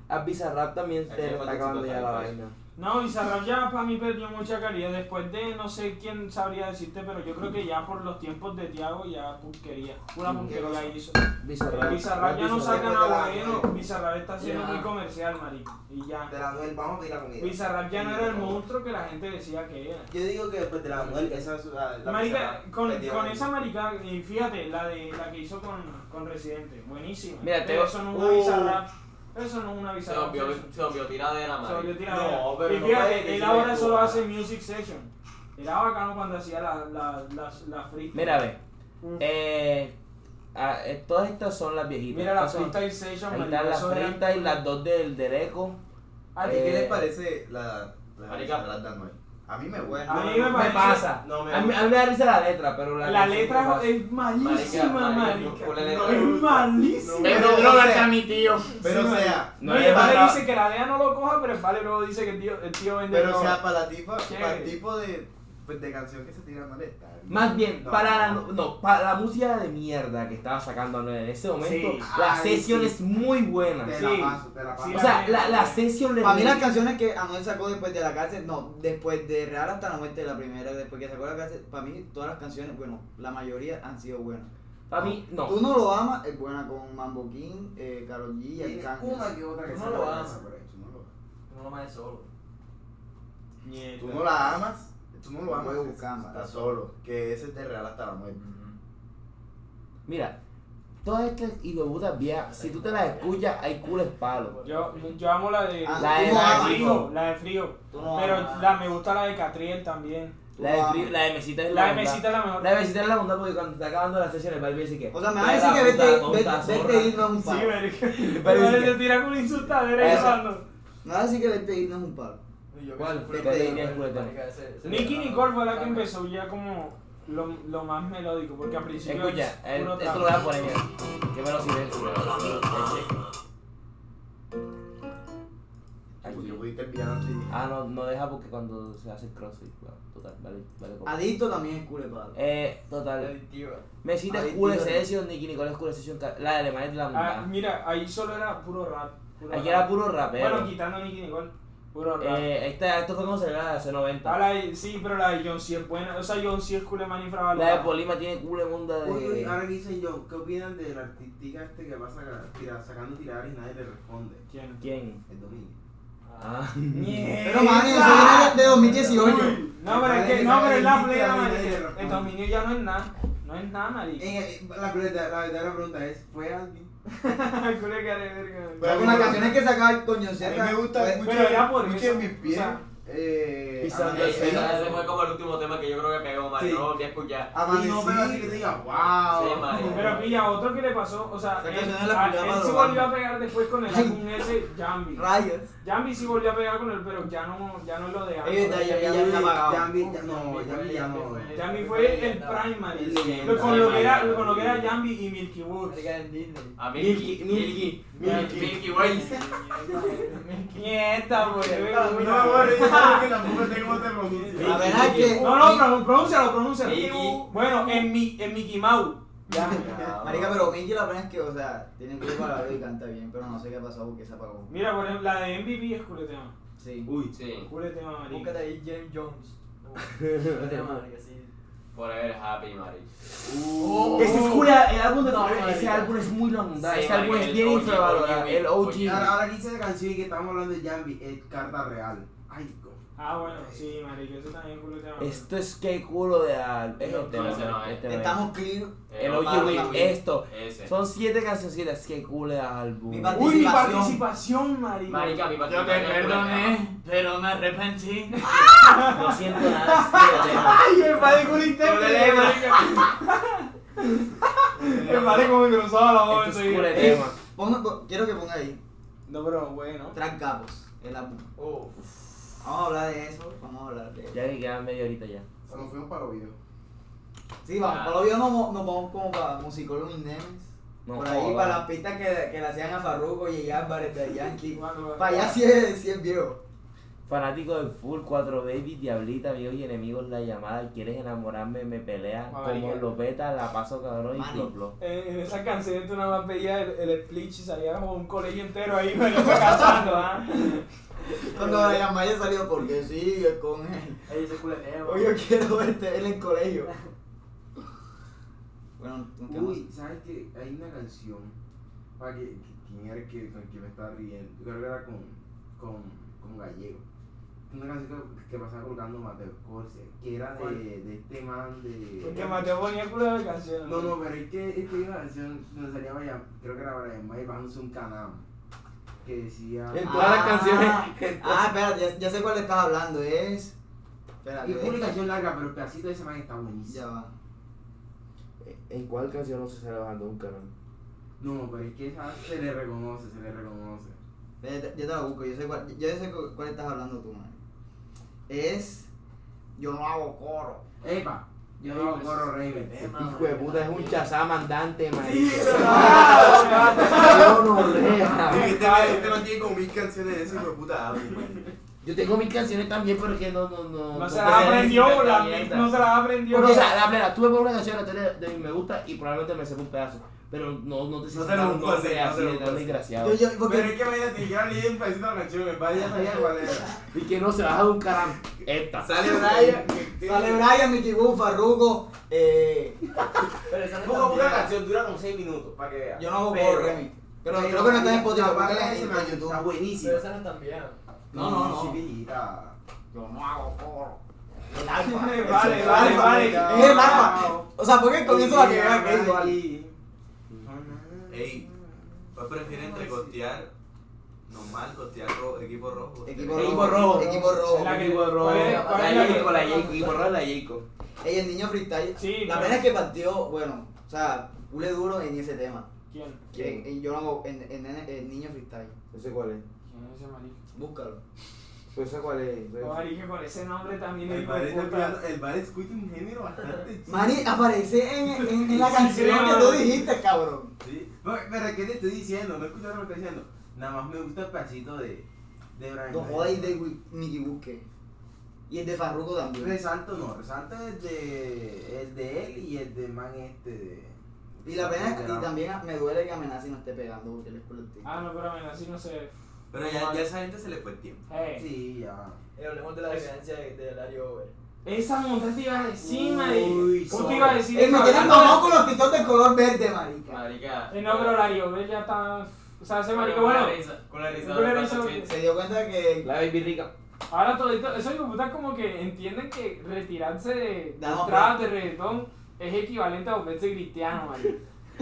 A Bizarrap también Aquí se está falta acabando cinco ya la tiempos. vaina. No, Bizarrap ya para mí perdió mucha calidad. Después de, no sé quién sabría decirte, pero yo creo que ya por los tiempos de Tiago ya punquería. Una punquería hizo. Bizarrap. Bizarrap ya no Bizarrap. saca nada bueno. Bizarrap está siendo Ya. muy comercial, marico. Y ya. De la Noel, vamos a pedir la comida. Bizarrap ya no era el monstruo que la gente decía que era. Yo digo que después de la Noel, esa es la... la Marica, pizarra. con, Metida con ahí. esa marica, y fíjate, la de la que hizo con, con Residente, buenísima. Mira, pero te- eso no es una Uh. bizarra. Eso no es una Se bizarra. volvió, se volvió tiradera, Se volvió marica. tiradera. No, pero y no fíjate, puedes decir él ahora eso. ah. solo hace music session. Era bacano cuando hacía la, la, la, la freestyle. Mira, ve. Mm. Eh, ah, eh, todas estas son las viejitas. Mira la Estas son- freestyle session, Ahí marica. están las eso era- 30 y las dos del, del eco. ¿A ti Eh, Ah, qué les parece la la Marica. Bizarrap de Anuel? A mí me A gusta. mí me me parece- pasa. No me a, mí, a mí me da risa la letra, pero la, La canción me letra pasa. es malísima, Marica, marica, marica. yo- con la No, letra es me gusta. malísima. No, Pero, droga o sea, a mi tío. Pero Sí, o sea, No, No y le el vale pasa- dice que la DEA no lo coja, pero el vale luego dice que el tío, el tío vende pero o droga. sea, para la tipa, ¿Qué? para el tipo de pues, de canción que se tira Anuel está. Más bien, No, para, la, no. no, para la música de mierda que estaba sacando Anuel en ese momento, Sí. la Ay, sesión sí. es muy buena. Te Sí. la paso, te la Sí, paso. O sea, la, la Sí. sesión le Para mí las canciones que Anuel sacó después de la cárcel, no, después de Real hasta la muerte, la primera, después que sacó la cárcel, para mí todas las canciones, bueno, la mayoría han sido buenas. Pa' mí, no. Tú no lo amas, es buena con Mambo King, eh, Karol G, Tiene Arcángel. una que otra que Tú se no la lo pasa amas. por ahí, tú no lo amas. No lo mames solo. Mierda. Tú no la amas, tú no lo No amas. puedes es- buscar, está marica. solo, que ese es de real hasta la muerte. Mira, Todas estas hijueputas viejas, si tú te las escuchas, hay culo es palo. Yo, yo amo la de, Ah, la de- la de- frío, la de frío. Tú no pero amas. la, me gusta la de Catriel también. La de, frío- la de mesita es la, La de onda. mesita es la mejor. La de mesita es la onda porque cuando está acabando la sesión, el barrio dice que. O sea, me van a "Ay, decir la que vete, puta, vete, tonta, vete zorra". a irnos un Sí, palo. marica. parece Pero que- te tira con insultadera y Eso. hablando. Me van a decir que vete a irnos un palo. ¿Cuál? Vete, Vete, vete, culo, te- Nicky Nicole fue la que empezó ya como lo, lo más melódico, porque al principio. Escucha, es el- puro esto lo voy trap. a poner ya. Que me lo silencio. Porque yo pudiste el piano antes y- Ah, no, no deja porque cuando se hace el crossfit, bueno, total, vale, vale. como- Adicto también es culo de palo. Eh, total. Mesita es cool session, Nicky Nicole es cool session, ca- la de Alemania es la Ah, mamá. mira, ahí solo era puro rap. puro Aquí rap. era puro rapero. Bueno, quitando a Nicky Nicole, puro rap. Eh, esta, esto fue como se la hace 90. Ah, la de- sí, pero la de John C es buena. O sea, John C es cool de La de infravalorada. Polima tiene culo en onda Oye, de. ahora que dice yo, ¿qué opinan del artística este que va saca- tira- sacando tiradores y nadie le responde? ¿Quién? ¿Quién? El dominio. Ah. Pero man, eso ¡ah! viene de- de 2018. No, pero es que, no, pero es la plena, marica. El dominio ya no es nada. No es nada, marica. En el- la, verdad- la verdadera pregunta es, ¿fue alguien? Culé que haré, verga. Pero con las canciones que sacaba con John pues, A mí me gusta mucho, Pero era por mucho eso, en mis o pies. sea, eh, pisando Ey, amanecí- ey, Ese fue como el último tema que yo creo que pegó, Mari. Sí. No lo volví a escuchar. amanecí- Y no, pero así que diga, wow. Sí, marica. Pero pilla, otro que le pasó, o sea, Esa él, canción es la a- pijama él de se Obama. volvió a pegar después con el Ay. álbum ese, Jambi. Rayos. Jambi sí volvió a pegar con él, pero ya no, ya no es lo de Ey, antes. está Ya, ya- ya, ya me la pagaba. ya, vi- ya- no, ya vi- ya no. Jambi fue el primary. El Lo- Con lo que era, Primary. con lo que era Jambi y Milky Woods. A Milky, Milky, Milky, Milky Way. Nieta, güey. No, amor, yo creo que tampoco tengo otra pronuncia. La verdad es que. No, no, pero pronúncialo, pronúncialo. Mickey. Bueno, en, mi, en Mickey Mouse. Marica, pero Minji la verdad es que, o sea, tiene culo para hablar y canta bien, pero no sé qué pasó porque se apagó. Mira, por ejemplo, la de MVP es culo de tema. Sí. Uy, sí. Culo de tema, marica. ahí James Jones. Forever Happy, Mari. Ese Oh. es culo, el álbum de Polima. Ese marica. álbum es muy la onda. Sí, Ese álbum marica, es el bien OG, infravalorado. OG, El OG. Ahora, OG. ahora aquí dice la canción y que estamos hablando de Jambi, es carta real. Ay, co- Ah, bueno, sí, marica, eso también es culo de tema. Esto es que culo de al. Es el tema. ese no es. este no es. Estamos clear. El OG Win. Esto. Ese. Son siete cancioncitas. que culo de álbum. Mi pat- Uy, mi participación. participación, marica. Marica, mi Yo te patrimonio es culo de tema. perdoné, pero me arrepentí. No siento nada. es culo de tema. Ay, el padre culo intérprete, marica. El padre como que cruzaba la Esto bolsa. es culo de y- tema. Ponga- pon- quiero que ponga ahí. No, pero bueno. Tres capos. El álbum. Vamos a hablar de eso. Vamos a hablar de eso. Ya que quedan media horita ya. Nos fuimos para lo viejo. Sí, vamos. Ah. Por lo visto nos, mo- nos vamos como para musicólogos indemnes. No por ahí, jodas. para las pistas que, que le hacían a Farruko y a Álvarez de Yankee. Bueno, Para allá sí es, sí es viejo. Fanático del full, cuatro baby, diablita, viejos y enemigos, la llamada, quieres enamorarme, me peleas, Ah, como Marica. los beta, la paso cabrón y Mari. plop plop. Eh, en esa canción tú nada más veías el, el split y salía como un colegio entero ahí me cantando, ¿ah? Cuando la Yamaya salió, porque sigue con él. Ahí se culeneo. Hoy yo quiero verte él en el colegio. Bueno, un tema. Uy, ¿sabes qué? Hay una canción. Para que, que- ¿Quién era que, con quién me estaba riendo? Yo creo que era con, con, con Gallego. Una canción que, que pasaba colgando Mateo Corsia, que era de, de este man de. Porque Mateo ponía culo de canción. No, no, pero es que, es que hay una canción donde salía Brian, creo que era Brian May bajándose un canam. Que decía. "Ah, En todas las canciones. Ah, espérate, ya, ya sé cuál le estás hablando, es. Espérate. Y fue una es- canción larga, pero el pedacito de ese man está buenísimo. Ya va. ¿En cuál canción no se estará bajando un canal? No, pero es que esa se le reconoce, se le reconoce. Espérate, Yo te la busco, yo sé cuál, yo sé cu- cuál estás hablando tú, man. Es. Yo no hago coro. Epa, yo no hago corro Raven. Hijo de puta, es un chazam andante, Sí, marica. pero- Ah, Yo no rea. Este man- este man tiene como mil canciones de ese hijo de puta ah, álbum, man. Yo tengo mis canciones también, pero es que no, no, no. No se puedo las hacer aprendió, esta la mierda. no se las aprendió. Porque, o sea, la plena, tú me pones una canción en la tele de mi me gusta y probablemente me sepa un pedazo. Pero no, no te sé No te sacar lo un puedo nombre hacer, no así te lo de puedo tan hacer. desgraciado. Yo, yo, Pero es porque. que vaya, te quiero leer un pedacito de la canción, el padre ya sabía cuál era. Y que no se baja de un canal. Esta. Sale Brian. Sale Brian, Mickey Boo, Farruko, eh. Pongo una canción, dura como 6 minutos, para que veas. Yo no hago Pero- coro, Remy. Pero creo que no está en Spotify, Aparte búscala ese en man, en YouTube. Está buenísimo. no están bien. No, no, no. chiquita. Yo no hago coro. El Vale, alfa. vale, vale. Es el alfa. O sea, porque con eso la que Sí, vea que es Brian. igual. No, Ey, ¿cuál prefieren entre costear normal, costear ro- equipo rojo? Equipo Ustedes- rojo, rojo, equipo rojo. La que- Equipo rojo. ¿cuál es- cuál La es la que- Yeiko, la Yeiko, equipo rojo, la Yeiko. Ey, el niño freestyle. Sí, la pero- pena es que partió, bueno, o sea, pule duro en ese tema. ¿Quién? ¿Quién? En- en- yo lo hago en, en, en- en niño freestyle. No sé cuál es. ¿Quién es ese marica? Búscalo. No sé cuál es. No, marica, con ese nombre también El digo bar está puta. pegando- el bar escucha un género bastante chido. Mani, aparece en, en, en la Sí, canción que claro. tú dijiste, cabrón. Sí. Pero, pero ¿qué te estoy diciendo? No escucharon lo que estoy diciendo. Nada más me gusta el pasito de, de Brian. No jodas y de Wi- Nicky Busque. Y el de Farruko también. Resalto no, resalto el de, el de él y el de man este de... Y la pena es, de y la- también me duele que Amenazi no esté pegando porque él es culo Ah, no, pero bueno, así no sé. Pero ya, ya esa gente se le fue el tiempo. Hey. Sí, ya. Eh, hablemos de la diferencia de, de Lario Over. Esa monta te iba a decir, Uy, marica. Tú so- te ibas a decir. Él me eso, tiene hablando mamado con los pitos de color verde, marica. Marica. de- Eh, No, pero la Ariobel ya está. O sea, ese marica, Con la bueno. risa. Con la risa. Con la de risa, Pato porque- Chit. Se dio cuenta que La baby rica. Ahora todito, esos hijos de puta como que entienden que retirarse de Da, no, trap, de reggaetón, es equivalente a volverse cristiano, marica.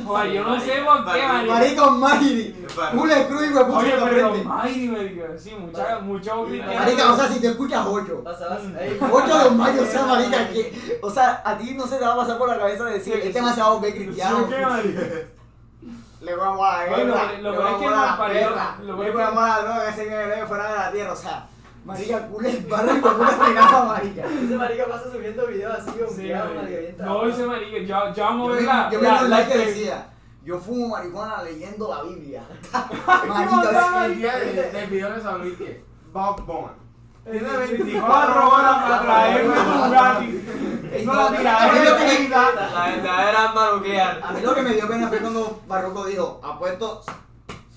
Joder, yo no sé marica. por qué, Marica. marica. marica Mayri, Es barro. Pule Cruz y hueputa Oye, en la pero frente. Mayri, marica, sí, mucha, mucho cristiano. Marica, o sea, si te escuchas ocho. Pasabas. Mm. Ey, 8 de mayo, o sea, marica, que, o sea, a ti no se te va a pasar por la cabeza decir, este tema se va a volver cristiano. ¿Por qué, marica? Le vamos a Oye, lo- guerra, lo le peor es vamos que a la el malparido- guerra, lo peor le es que- vamos a la droga, ese que vive fuera de la tierra, o sea, marica, culo el barrio y con una pegada, marica. Ese marica pasa subiendo videos así, Sí, bombeado, marica, bien marica. No, trabado. ese marica, yo, yo amo Yo ver vi, la... yo vi la- un la- este, like que decía, yo fumo marihuana leyendo la Biblia. montón, marica, El día de- del video que salió que Bob Bowman. Tiene 24 horas para traerme tu Bugatti. Ey, No la no, tira, no, es no, la no, no, realidad. La verdadera arma a nuclear. mí lo que me dio pena fue cuando Barroco dijo, apuesto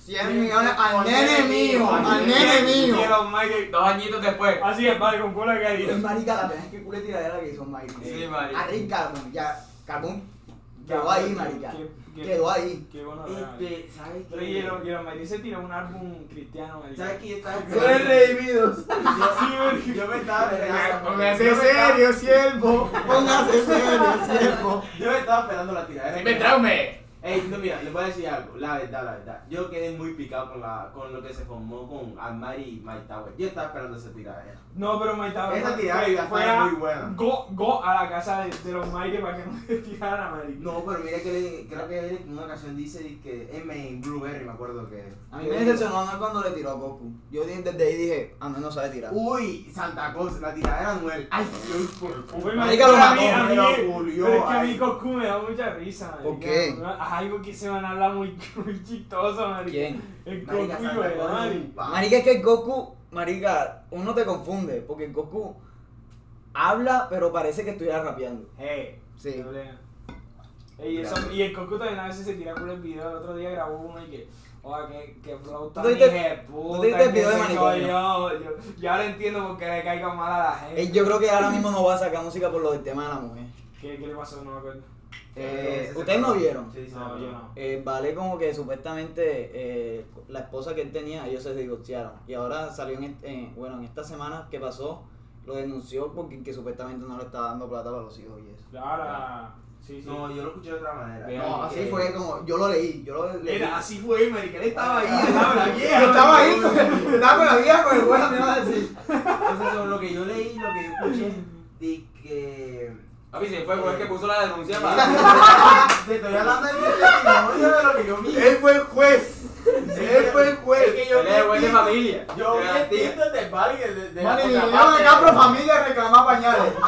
100 Cien millones al nene mío, al Al nene mío. Quiero un Mike. Dos añitos después. Así es, vale, con cola de caída. Es marica, la pena es que culé tiradera que hizo Mike. Sí, marica. Arriba Carbón, ya. Carbón quedó ahí, marica. Qué- qué- Quedó ahí. Qué bueno. ¿verdad? Este, ¿sabes Pero y el, y el Mayri se tiró un álbum cristiano, marica. ¿Sabes qué? Yo estaba Son redimidos. Sí, Yo me estaba esperando. Póngase serio, siervo. Póngase serio, siervo. Yo me estaba esperando la tiradera. que- traume! Ey, no, mira, les voy a decir algo, la verdad, la verdad. Yo quedé muy picado con, la, con lo que se formó con Almari y Mike Tower. Yo estaba esperando esa tiradera. No, pero Mike estaba. Esa tirada iba a fue estar a- muy buena. Go, go a la casa de, de los Mike para que no se tirara, marica. No, pero mira que le- creo que él en una ocasión dice de que M en Blueberry, me acuerdo que. A mí me decepcionó no cuando le tiró a Goku. Yo di- desde ahí dije, a no, no sabe tirar. Uh, Uy, Santa Claus, la tiradera de Anuel. Ay, Dios, por Uy, Marica, lo a mí- mató, a mí- pero Julio, Pero es que a mí ay. Goku me da mucha risa, marica. ¿Por qué? Algo que se van a hablar muy, muy chistoso, marica. ¿Quién? El Goku, Marica, Santa ¿verdad, Claus. es marica? un pa- Marica, es que Goku, marica, uno te confunde, porque Goku habla, pero parece que estuviera rapeando. Hey, Sí. no problema. Ey, eso, y el Coco también a veces se tira por el video. El otro día grabó uno y que, oa, que, que flow tan ¿Tú te- hijeputa, tú te viste el que video de se manicomio? coñó. Yo, yo ahora entiendo por qué le caiga mal a la gente. Eh, Yo creo que ahora mismo no va a sacar música por lo del tema de la mujer. ¿Qué, ¿Qué le pasó? No me acuerdo. Eh, ¿Ustedes no vieron? Sí, sí, No, yo no. Eh, vale como que supuestamente eh, la esposa que él tenía, ellos se divorciaron. Y ahora salió en, est- en- bueno, en esta semana que pasó, lo denunció porque que supuestamente no le estaba dando plata para los hijos y eso. Ahora, sí, sí. No, yo lo escuché de otra manera. Vean No, Como así que- fue como, yo lo leí, yo lo leí. Era, así fue, marica. Él estaba ahí, estaba la vieja. Ah, Estaba ahí, pues. con- estaba con la vieja, con el güey, me iba a decir. Entonces, sobre lo que yo leí, lo que yo escuché, de que. A mí se fue porque el que puso la denuncia para. Te estoy hablando de mi testimonio, de lo que yo vi. Él fue el juez. Él fue el Es juez. que yo Él es vi juez de familia. Yo De vi la el tía. Twitter de Vargas, de, de Mani, la vinieron acá pro familia a reclamar pañales.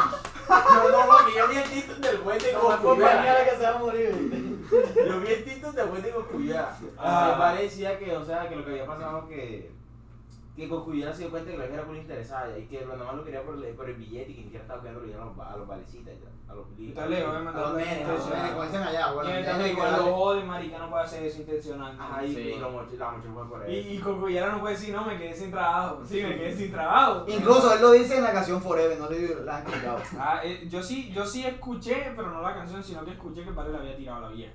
No, no, porque yo vi el Twitter del juez de Como Goku. compañera que se va a morir. Yo vi el Twitter del juez de Gokuyara. Ah. Ah. parecía que, o sea, que lo que había pasado que. Que Gokuyara se dio cuenta que la vieja era por interesada y que lo nomás lo quería por el, por el billete y que ni siquiera estaba cuidando lo a los, a los valecitas ya. A los Entonces le voy a mandar Los nenes, los Ah, nenes, como dicen allá, Y güey, los nenes entonces que cuando dale. jode, marica, no puede hacer eso intencional. Ajá, y, y la mochila, la mochila fue por Y, ahí. y Cocoyara no puede decir, no, me quedé sin trabajo. Sí, me quedé sin trabajo. Incluso él lo dice en la canción Forever, no le la han quitado. Ah, eh, yo sí, yo sí escuché, pero no la canción, sino que escuché que el padre le había tirado a la vieja.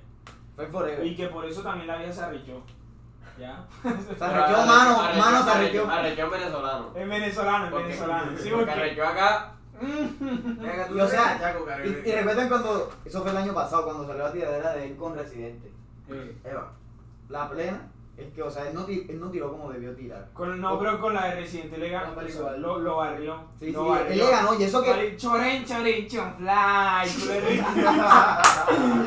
Fue Forever. Y que por eso también la vieja se arrechó. ¿Ya? Se arrechó mano, mano se arrechó. Arrequeó venezolano. Es venezolano, es Porque- venezolano. Sí, Porque porque. arrequeó acá. Venga, Y, o sea, Chaco, Y, y recuerden cuando, eso fue el año pasado, cuando salió la tiradera de él con Residente. Eh, Eva, la plena es que, o sea, él no, ti- él no tiró como debió tirar. con, no, pero con la de Residente le ganó. No, pero eso, igual. Lo, lo barrió. Sí, lo sí, barrió. él le ganó y eso que... Vale, Choren, choren, chonfly. culo de risa.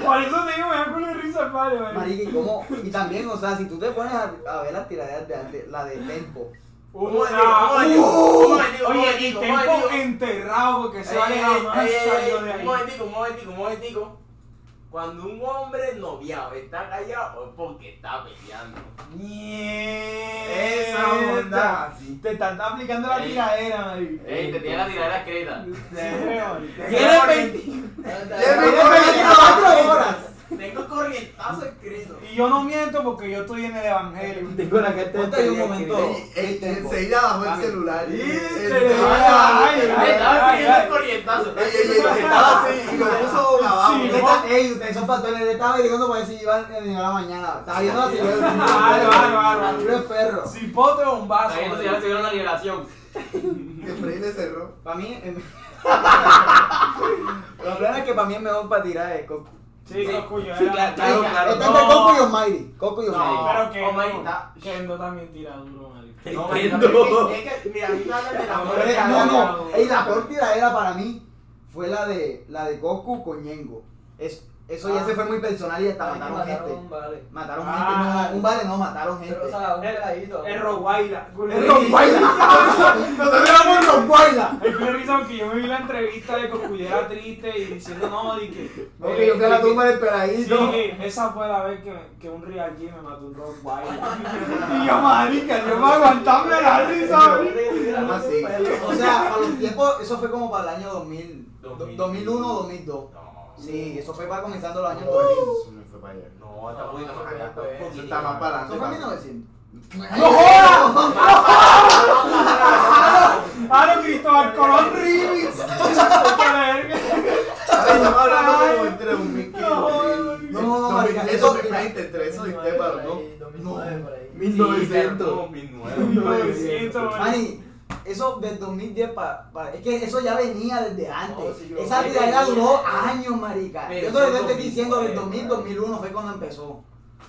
Por eso te digo, me da culo de risa el padre, vale. Marica, y como... Y también, o sea, si tú te pones a, a ver las tiraderas de antes, la de Tempo. Una, ¿Cómo digo? ¿Cómo digo? ¿Cómo digo? ¿Cómo Oye, y digo? ¿Cómo Tempo digo? enterrado porque se Ey, va a ey, dejar más ey, ey, salió ey, de Un ahí. momentico, un momentico, un momentico. Cuando un hombre noviado está callado es porque está peleando. Mierda. sí. Te están aplicando la Ey. tiradera, marica. Ey, te tiene la tiradera crédita. Tienes 20. horas! Tengo corrientazo escrito. Y yo no miento porque yo estoy en el evangelio. Tengo la carta Ponte ahí un momento. Ey, Enseguida bajó el celular. Sí, y- te- el- ay, ay, ay, Estaba ay, escribiendo ay. el corrientazo. Ey, ey, ey, estaba así y lo puso boca abajo. Sí, Esta- vos- Ey, ustedes son patones, le estaba averiguando para ver si iban a llegar a la mañana. Estaba viendo así. Claro, claro, claro. Tiro de perro. Si pote o un vaso. Ahí entonces ya marica. recibieron la liberación. Que Freddy le cerró. Para mí... em- Lo claro es que para mí es mejor para tirar es Coco. Sí, Coco, yo Sí, era- claro, claro, Esta claro. es de Coco y Osmairi. Coco y Osmairi. Pero que Oh, my no. God. Kendo también tira duro, marica. No, Entiendo. marica, es que- es que, mira, a mí me hablan de la Amor, muerte, Eh, No, Cagado. no, ey, la peor tiradera para mí fue la de la de Goku con Yengo. Es, eso ya Ah. se fue muy personal y hasta Mataron, mataron gente. mataron, vale. Mataron Ah. gente, no, un vale no, mataron gente. Pero, o sea, un El- peladito. Es Roguaila. culo de ¡Es risa. ¡Nosotros éramos Rosguaila! El culo de risa, porque yo me vi la entrevista de Cocuyera triste y diciendo no, di que. Ok, eh, yo fui a la di tumba que- del peladito. Sí, esa fue la vez que, que un Real G me mató un Roguaila. y yo, marica, yo me aguantarme la risa. marica. Ah, sí. O sea, a los tiempos, eso fue como para el año 2000, do- 2000. 2001 o 2002. No, Sí, eso fue para comenzando los años No, 2000. eso no fue para allá. no, está muy más acá. Eso está más para Eso fue en adelante. 1900. Ah, no, Cristóbal Colón Rivix. Estamos hablando como entre 2015 No, y no, 2023, eso- 2023, eso diste para no. Sí, 1900. como 1900. 1900, marica. Mani, eso del 2010 para. es que eso ya venía desde antes. No, sí, yo- Esa Ay, tiradera yo- duró años, marica. Pero Yo te lo eso estoy 2000, diciendo del eh, 2000, claro. 2001 fue cuando empezó.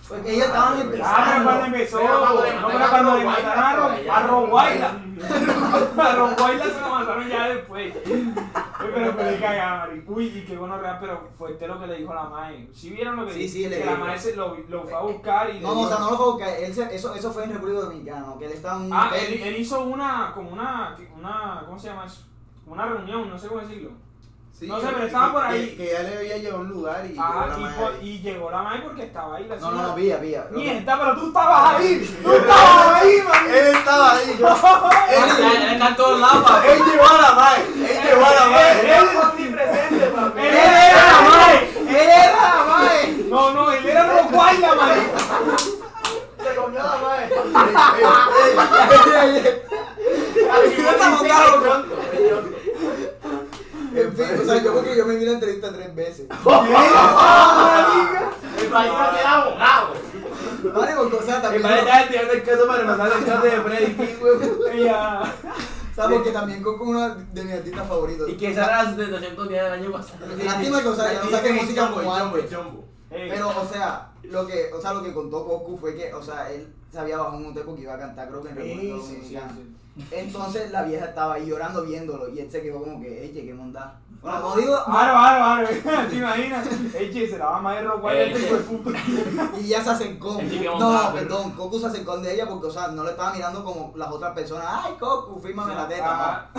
Porque ellos Ah, estaban pero- Ah, pero cuando empezando. empezó, Pero cuando le no mataron pero cuando a le Roguaila, mataron por allá. a Roguaila. A Roguaila se lo mataron ya después. Uy, Pero fue de cagada, marico. Uy, y qué bueno real, pero fuerte lo que le dijo la mae. ¿Sí vieron lo que Sí, dijo? sí, le que la digo. mae se lo, lo fue a buscar y le No, no, dijo- o sea, no lo fue porque él se- eso, eso fue en República Dominicana, ¿no? que él estaba en un Ah, hotel. él, él hizo una, como una, una, ¿cómo se llama eso? Como una reunión, no sé cómo decirlo. Sí, No sé, que- pero estaba por que- ahí. Que ya le había llegado a un lugar y. Ah, llegó la y, madre por- ahí. y llegó la mae porque estaba ahí la No, no, señora. no, pilla, pilla. Lo que- Mierda, pero tú estabas ahí. Tú estabas ahí, mami. Él estaba ahí. Yo. Ya, ya están todos lados, papá. Él llegó a la madre. Él llegó a la madre. Él- él era la mae. ¡Él era la mae! No, no, él era Roguaila, marico. Se comió la madre. En fin, o sea, yo porque yo me vi la entrevista tres veces. El país va a ser abogado. Marico, o sea, también. estudiando el caso para pasar el caso de Freddy King, güey. Ella. ¿Sabes? Que también Coco es uno de mis artistas favoritos. Y que esa era la sustentación cotidiana del año pasado. Lástima que, o sea, que no saque música como antes. chombo. Ey, Pero, o sea, lo que, o sea, lo que contó Goku fue que, o sea, él se había bajado un hotel porque iba a cantar, creo que en República ey, sí, sí, Dominicana. sí. Entonces la vieja estaba ahí llorando viéndolo y él se quedó como que, eche, qué monda. Bueno, no digo, Varo, varo, varo. ¿Te imaginas? Eche, se la va a madre Roguaila Ey, este hijo de puta. y ya se acercó. El chico No, montado, pero- perdón, Goku se acercó de ella porque, o sea, no le estaba mirando como las otras personas. Ay, Goku, fírmame ah, la teta. no. Ajá.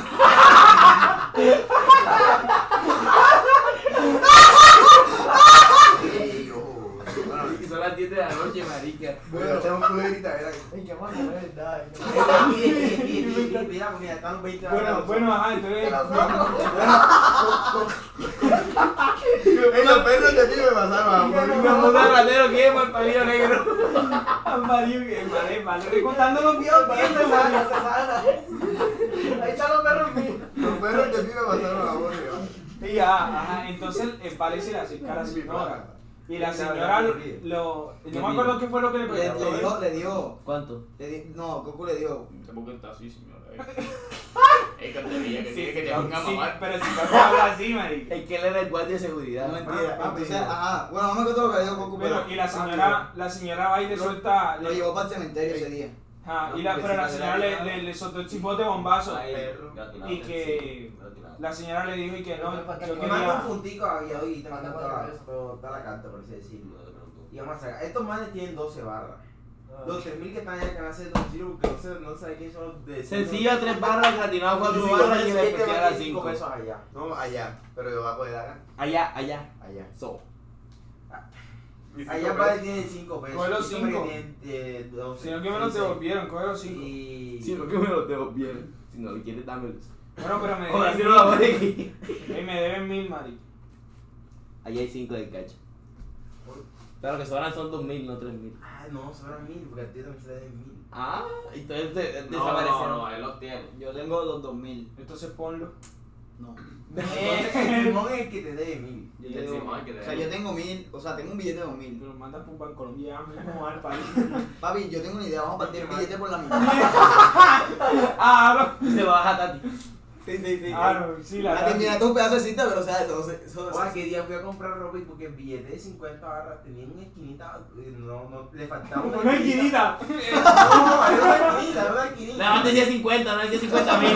Y yo. Bueno, Y son las 10 de la noche, marica. bueno, echamos culo de grita, era. Ay, qué malo, es verdad. qué malo. Mira, mira, están 20 Bueno, bueno, ajá, entonces. Ey, los perros de ti me pasaron a Una puta ratero que es mal palillo negro. Mario, que vale, vale. Estoy contando los míos, Para bien, se sana, se sana. Ahí están los perros míos. Los perros de ti me pasaron a bordo. Y ya, ajá. Entonces, el vale se le acerca a la señora. Y la señora lo. No me acuerdo qué fue lo que le Le, le preguntó. dio, le dio, ¿Cuánto? le di- no, Goku le dio. Tampoco está así, señora. El cantería que tiene que te sí, ponga a mamar. pero si papá habla así, marica. El que él era el guardia de seguridad. No mentira. Entonces, ajá. Bueno, no me contó lo que dijo Coco, pero. Bueno, ah, y la señora, la señora va y le Lo- suelta. Lo le- llevó para el cementerio ese día. Ajá, y la, pero la señora pues le, le, le soltó el chipote bombazo. Y que la señora le dijo y que no, yo Yo me quería. confundí con y te mandan Manda toda, cuatro toda- toda la carta, por así decirlo. Y vamos a sacar. Estos manes tienen 12 barras. Ah. Los 3.000 que están allá que van a hacer dos tiros, porque no sé, no sabe quién son los de. Sencillo, tres barras, gratinado, cuatro Cinco barras pesos, y el este especial va a a cinco cinco. pesos allá. No, allá. Pero yo voy a poder acá. Allá, allá. Allá. So. Allá vale tienen 5 pesos. Coge los Estos manes cinco. tienen, eh, 12, Si no, que me lo 16. devolvieron, coge los cinco. Y. Si no, que me los dejo bien. Si no le quieres, dámelos. Bueno, pero me Ahora deben, sí no la voy a aquí. mil, ey, me deben mil, marica. Allá hay cinco del cacho. Claro que sobran son dos mil, no tres mil. Ah, no, sobran 1.000, porque a ti también se le den 1.000. Ah, entonces de- No, no, desaparecieron. no, él los tiene. Yo tengo los 2000. Entonces ponlo. No. Eh. Entonces, el timón es el que te dé 1.000. Yo Y tengo- encima que le o sea, den. yo tengo 1000. O sea, tengo un billete de Me 2000. lo mandas por Bancolombia, ya me voy al país. Papi, yo tengo una idea. Vamos a partir el Qué mal. billete por la mitad. Ah, Se baja Tati. Sí, sí, sí. no. Ah, no, sí, la La verdad. terminaste un pedazo de cinta, pero o sea, eso, eso, eso- Ahora que día fui a comprar ropa y porque el billete de 50 barras tenía una esquinita, eh, no, no, le faltaba una, Una esquinita. No, era una esquinita, era una esquinita. Nada más decía 50, no decía 50 mil. Le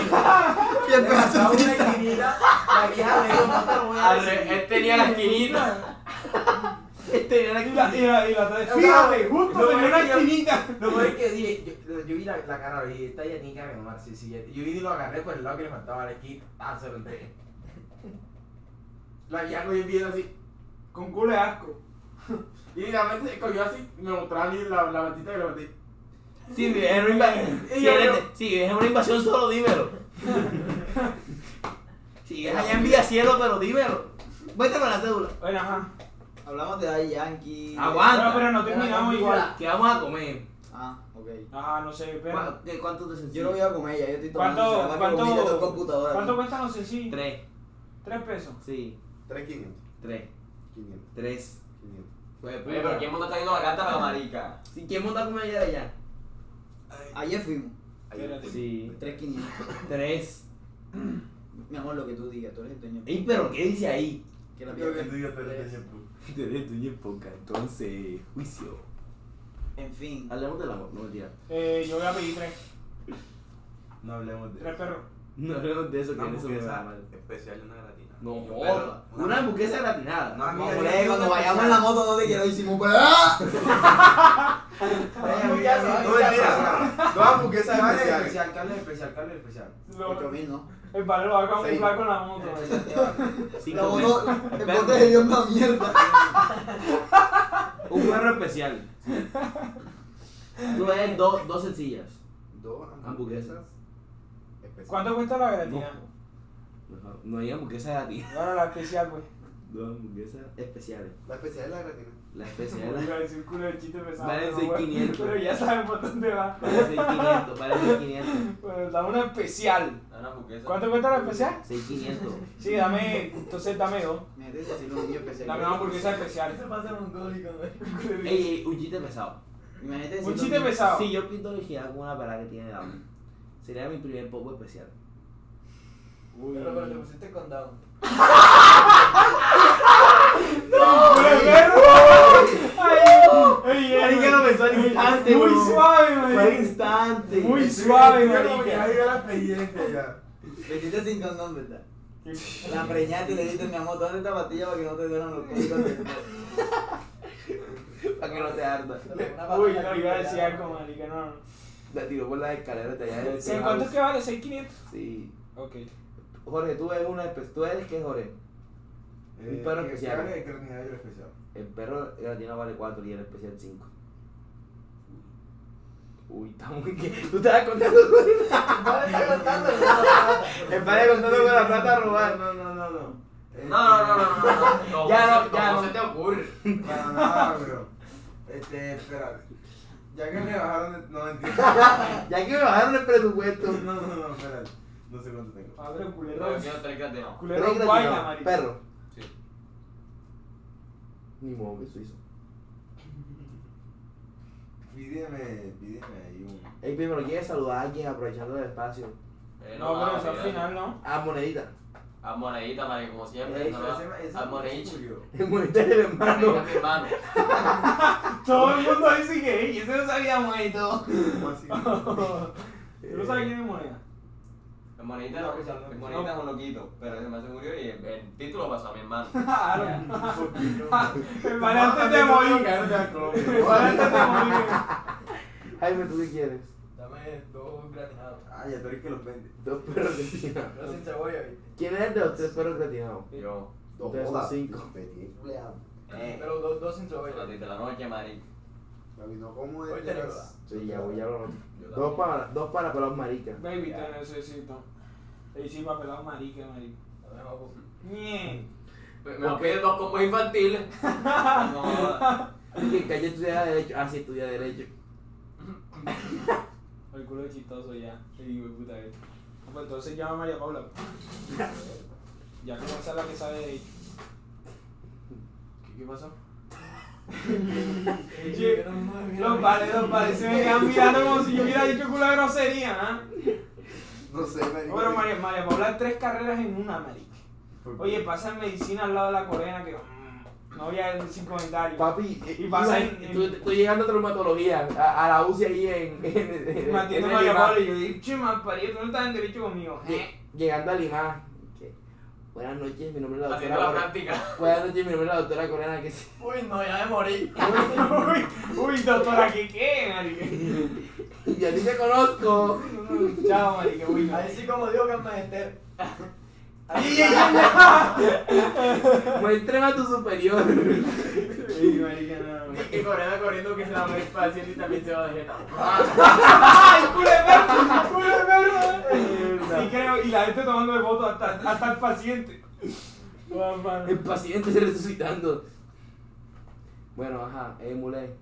faltaba una esquinita, eh. la vieja le dijo, no te lo voy a Al decir. re- Él tenía la esquinita. Este era Y aquí. la, y la, y la Claro. Fíjate, justo Lo tenía bueno una es que yo- esquinita. Lo peor es que dije, yo, yo vi la, la cara, y esta ya tiene que ganar, sí, sí, ya- yo vi y lo agarré por el lado que le faltaba la esquina, ah, se lo entregué. La vieja cogió el billete así, Con culo de asco. y literalmente cogió así, me mostraba a mí la, la batita y la batí. Si es una invasión, si eres- si es una invasión solo dímelo. Si es allá en Villacielo, pero dímelo. Vete con la cédula. Bueno, ajá. Hablamos de Daddy Yankee. Aguanta. Ah, Pero, pero no terminamos igual. ¿Qué vamos a comer? Ah, ok. Ajá, no sé, pero. ¿Cuá- qué- ¿Cuánto te Yo lo voy sencillo? a comer ya, yo estoy tomando ¿Cuánto, ensalada con billetes de cuánto, computadora. cuánto cuestan los sencillos? Tres. Tres pesos. Sí, 3.500. tres. 500. Tres. 500. Fue Oye, pero ¿quién monta está viendo la carta para la marica? Si quién monta a comer allá de allá. Ayer fuimos, Espérate. Sí. 3500. Tres. Mi amor, lo que tú digas, tú eres el dueño. Ey, pero ¿qué dice ahí? Que la Yo que pierda. tú y yo te lo dije, pues. Te tuyo en poca, entonces, juicio. En fin. Hablemos del amor, no mentira. Eh, yo voy a pedir tres. No hablemos de Tres eso. perros. No hablemos de eso, que Una en eso me va hamburguesa mal. especial y una gratina. No, Y un perro, joda. una hamburguesa gratinada. No, No, mira, hombre, yo cuando no vayamos pensaba. en la moto no te quiero disimular. Ay, amiga, No, amiga, mentira. No, hamburguesas Carlos especiales. especial, Carlos especial, Carlos especial. Lo- 8000, ¿no? el padre lo va a camuflar Sí. con la moto. Cinco La moto, pesos. el Espérate. bote de Dios una mierda. Un perro especial. Tú ves dos, dos sencillas. Dos Hamburguesas. hamburguesas especiales. ¿Cuánto cuesta la gratina? No, no hay hamburguesa gratis. Bueno, la especial, pues. Dos hamburguesas especiales. La especial es la gratina. La Iba especial a decir culo de chiste pesado. Vale pero 6.500. bueno, Pero ya saben por dónde va. vale 6.500. Vale 6.500. Bueno, dame una especial. Da una hamburguesa. ¿Cuánto cuesta la especial? 6.500. Sí, dame. Entonces dame dos. Me dices así los niños Dame una especiales. hamburguesa especial. Eso pasa en mongólico, güey. Ey, ey, un chiste pesado. Imagínate Un decirlo chiste bien. pesado. Si yo pinto original con una parada que tiene down, sería mi primer poco especial. Uy. Pero, pero te pusiste con down. ¡Culo de perro! ¡Ay, ay, Marica, ay! lo pensó al instante, Muy weón. suave, Fue al marica. instante. Muy suave, Ya marica. yo la pendiente ya. Metiste sin condón, ¿verdad? La preñaste y le dijiste, mi amor, date esta pastilla para que no te duelan los pelitos. Para que no te arda. Uy, no, iba a decir algo, marica, no. La tiró por las escaleras de allá del ¿Se cuánto es que vale? ¿6.500? Sí. Ok. Jorge, tú eres una espe- ¿Tú eres qué, Jorge? Un perro Eh, especial. Carlos de carne de especial. El perro latino vale 4 y el especial 5. Uy, está muy que. Tú estabas contando con No le está contando, no. El padre pues, contando con la plata a robar. No, no, no, no. Eh, No, no, no, no, no, no. no. Ya no, ¿Cómo ya se- no. ¿Cómo se te ocurre? Para nada, bro. Este, espérate. Ya que me bajaron de. No, entiendo. Ya que me bajaron el presupuesto. No, no, no, espérate. No sé cuánto tengo. Padre No, culero. yo quiero tres catenados. Culero Perro guayna, marica. Perro. Sí. Ni modo que suizo. Pídeme, pídeme ahí un. Ey, primero, ¿quieres saludar a alguien aprovechando el espacio? Eh, No, pero vamos, eso al mira. final no. Ah, monedita. A monedita, marica, como siempre. Ey, no, ese- no. ese- a monedita. El monedita es el Marica, hermano. mi hermano. Todo el mundo dice que "Ey, eso lo sabíamos y todo. ¿Cómo así? Ah, ¿Tú no sabes quién es moneda? El monedita, No, no, pues, no. el monedita es un loquito, pero ese man se murió y el, el título pasó a mi hermano. Claro. El man antes de morir. El man antes de morir. Jaime, ¿tú qué quieres? Dame dos gratinados. Ah, ya tú eres que los vende. Dos perros gratinados. No sin cebolla, ¿viste? ¿Quién es el de los tres perros gratinados? Y yo, Ustedes son jodas, cinco. película. eh, Pero dos, dos sin a cebolla. las 10 de la noche, marica. Papi, no como Hoy es te de digo, las- Sí, ya voy, ya lo Yo Dos también. para, dos para pelos maricas. Baby, te necesito. Y sí, para pelar marica, marica. Dame más poco. Ñe. Me- Me piden dos combos infantiles. No, Y que calle estudia derecho. Ah, sí, estudia derecho. El culo es chistoso ya. Y digo, puta eh. Ah, Pues entonces llama a María Paula. Ya que esa es la que sabe de ello. ¿Qué, qué pasó? Oye, Los vale, los vale, se me quedan mirando como si yo hubiera dicho culo de grosería, ¿ah? No sé, marico. Bueno, María, María Paula, tres carreras en una, marica. Oye, pasa en medicina al lado de la coreana que. mm, no voy a decir sin comentarios. Papi, Y pasa eh, en- tú, tú llegando a traumatología, a, a la UCI ahí en. en, en- en- Me atiende en María Lima. Paula y yo digo, che, man, parido, tú no estás en derecho conmigo. Eh. Lle- Llegando a Lima. que, Buenas noches, mi nombre es la haciendo doctora. la Coreana". práctica. Buenas noches, mi nombre es la doctora coreana. Que sí. Uy, no, ya me morí. uy, uy, doctora, ¿qué qué, marica? Y a ti te conozco. Chao, marica, uy, no. Ahí sí como digo que es magister. Ay, ay, ay, Muéstrame a tu superior. ay. Uy, marica, no, no. Que corriendo, corriendo que se va a morir fácil y también se va a dejar. ¡Ay, culo de perro! ¡Culo de perro! Sí creo, y la gente tomando el voto hasta, hasta el paciente. Guau, mano. El paciente se resucitando. Bueno, ajá, eh, mulé.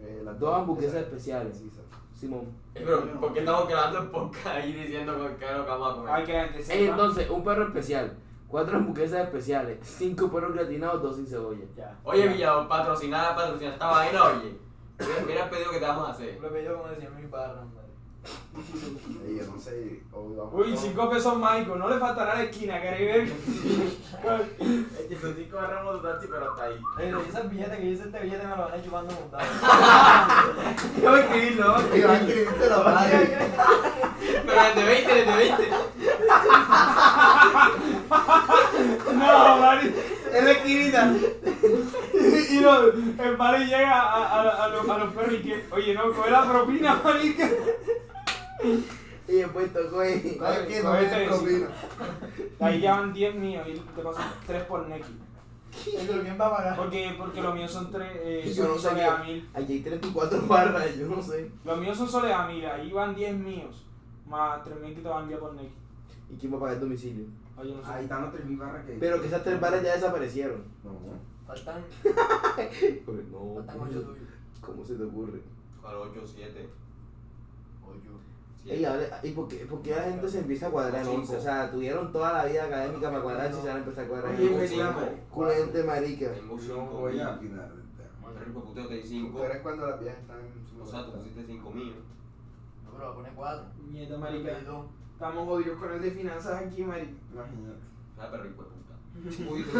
Eh, las Dos hamburguesas especiales. Sí, sí. Simón. Eh, Pero, ¿por qué estamos grabando el podcast ahí diciendo con qué es lo que vamos a comer? Ay, que la gente Eh, sepa. entonces, un perro especial. Cuatro hamburguesas especiales. Cinco perros gratinados, dos sin cebolla. Ya. Oye, Villador, patrocinada, patrocinada esta vaina, oye. Mira, mira el pedido que te vamos a hacer. Lo que yo como decía mi barras, madre. Eh, yo no sé. o vamos- Uy, cinco pesos mágicos, no le faltará la esquina, caray, ver. Es que son cinco agarramos de taxi, pero hasta ahí. Pero esas billetes que yo hice este billete me lo van a ir chupando montado. Yo voy a escribirlo. Te van a escribirte la madre. Pero el de 20, el de 20. No, Mari. Es la esquinita. Y no, el Mari llega a, a, a, los, a los perros y que, oye, no, coge la propina, marica. Y después tocó eh. ¿Sabes qué? No Oye, me te den decimos. propina. Ahí ya van 10 míos y te pasan 3 por Neki. Pero ¿quién va a pagar? Porque, porque los míos son 3, eh, Yo no son sé soles qué- a mil. Aquí hay tres y cuatro barras, yo no sé. Los míos son soles a mil, ahí van 10 míos. Más 3 mil que te van a enviar por Neki. ¿Y quién va a pagar el domicilio? Ay, yo no sé. Ahí están los tres mil barras que. Pero que esas tres barras ya desaparecieron. No. Faltan, Pues no. faltan ocho tuyos. ¿Cómo se te ocurre? ¿Cuál 8, 7? Ey, ahora- ¿Y por qué, por qué la gente se empieza a cuadrar en once? O sea, tuvieron toda la vida académica para cuadrarse y se van a empezar a cuadrar Oye, en me once. llamo. Culente marica. Tengo No 5 voy míos. a- Opinar del tema. Pero el hijo de puta, yo te di 5. Pero es cuando las viejas están en su O sea, tú momento. pusiste 5 míos. No, pero va a poner cuatro. Nieta, Marica, marica. y dos. Estamos jodidos con el de finanzas aquí, marica. Imagínate. Ah, pero hijo de puta. Uy, tú tú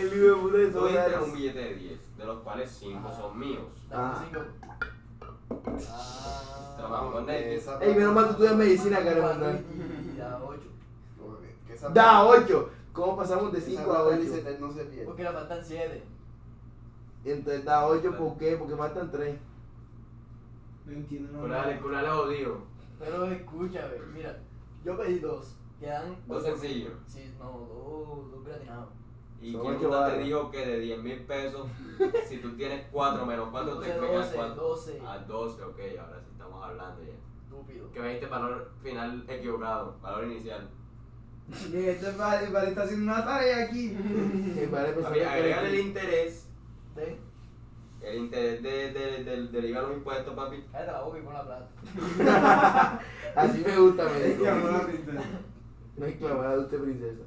El hijo de puta de diste sobras. un billete de 10, de los cuales Ah. 5 son míos. Dame Ah. cinco. Te Ah. lo vamos a poner. Esa Ey, menos mal tú estudias medicina, Cuatro Carmen. y Ya, ocho. Que esa- Da 8. ¿Cómo pasamos de esa 5 a barra 8? dice, No se pierde. Porque le faltan siete. Entonces da 8, ¿por qué? Porque faltan 3. No entiendo, no. Curale, curale, odio. Pero escúchame, mira, yo pedí dos. Quedan. Dos sencillos. Sí, no, dos, dos gratinados. Y Son quién ocho puta te barras. digo que de 10 mil pesos, si tú tienes 4 menos 4, te Doce, pegas doce, 4. doce. A 12, ok, ahora sí estamos hablando ya. Estúpido. Que me diste valor final equivocado, valor inicial. Mira, este padre, padre está haciendo una tarea aquí. Me parece A ver, agregar el que interés, Te, el interés de, de, de, de ligar los impuestos, papi. cállate la boca y pon la plata. Así me gusta, me Es que dijo. habló la princesa. No hay clamada de usted, princesa.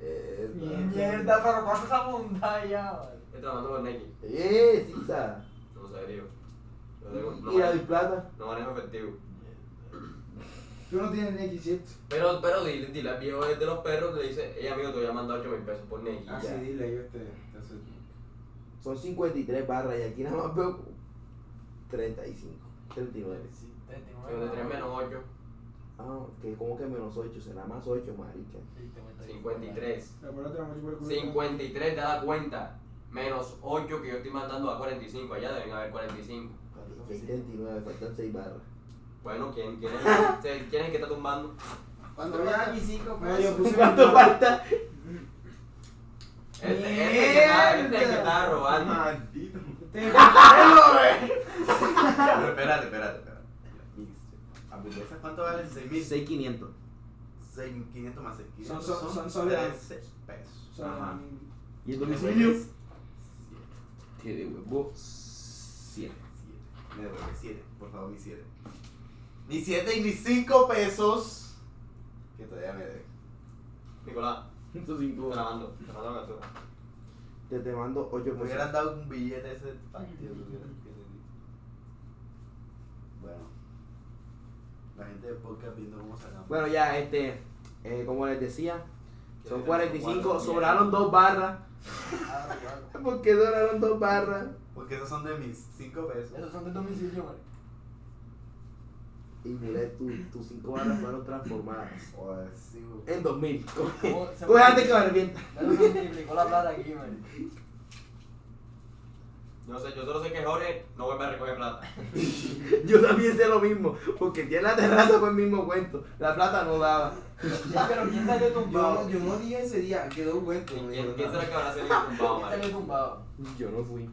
Mierda. Eh, Mierda, pero pasa esa montaña, vale. Estoy trabajando con Nike, eh, Sisa. no sé, digo. No, tengo- no Y la manejo, de plata. no manejo efectivo. Tú no tienes Neki, ¿cierto? Pero, pero dile, dile al viejo de los perros, le dice, hey amigo, te voy a mandar 8 mil pesos por Neki. Ah, ya". sí, dile, ellos te, te aceptan. Son 53 barras y aquí nada más veo 35, 39. Pero de 3 menos 8, Ah, que como que menos 8, será más 8, marica. 53. La bola te la mochila por el culo. 53, te das cuenta. Menos 8 que yo estoy mandando a 45, allá deben haber 45. Marica, hay 39, faltan 6 barras. Bueno, ¿quién, quién, es, el- ¿quién es el que está tumbando? Cuando vean aquí 5 pues. yo pesos. puse ¿Cuánto falta? ¡Eh, Este, este, que está, este que está robando. Maldito. Pero espérate, espérate, espérate. ¿Hamburguesas cuánto valen? 6.000. 6500. 500 más 6. Son- son- son soles. 6 pesos. O sea, Ajá. ¿Y el domicilio? Te devuelvo 7. Me devuelve 7, por favor, mi 7. Ni 7 y ni 5 pesos que todavía me debe. Nicolás, te la mando, te mando la captura. Te te mando 8 Me hubieran dado un billete de ese partido. me hubieran- que le di. Bueno, la gente de podcast viendo cómo sacamos. Bueno, ya, este, eh, como les decía, son Quedaron 45, cuatro, sobraron bien. 2 barras. Ah, claro. ¿Por qué sobraron 2 barras? Porque esos son de mis 5 pesos. Esos son de domicilio, güey. Y mire, tu- tus 5 barras fueron transformadas Joder, sí, güey. en 2000. ¿Cómo se Coge Pues, multiplica? antes que me arrepienta. Ya no se multiplicó la plata aquí, güey. No sé, yo solo sé que Jorge no vuelve a recoger plata. Yo también sé lo mismo, porque aquí en la terraza fue el mismo cuento. La plata no daba. Ya, pero ¿quién salió tumbado? Yo, yo no dije ese día, quedó un cuento. no digo ¿Quién, quién nada. será que habrá salido tumbado, ¿Quién Mario? salió tumbado? Yo no fui.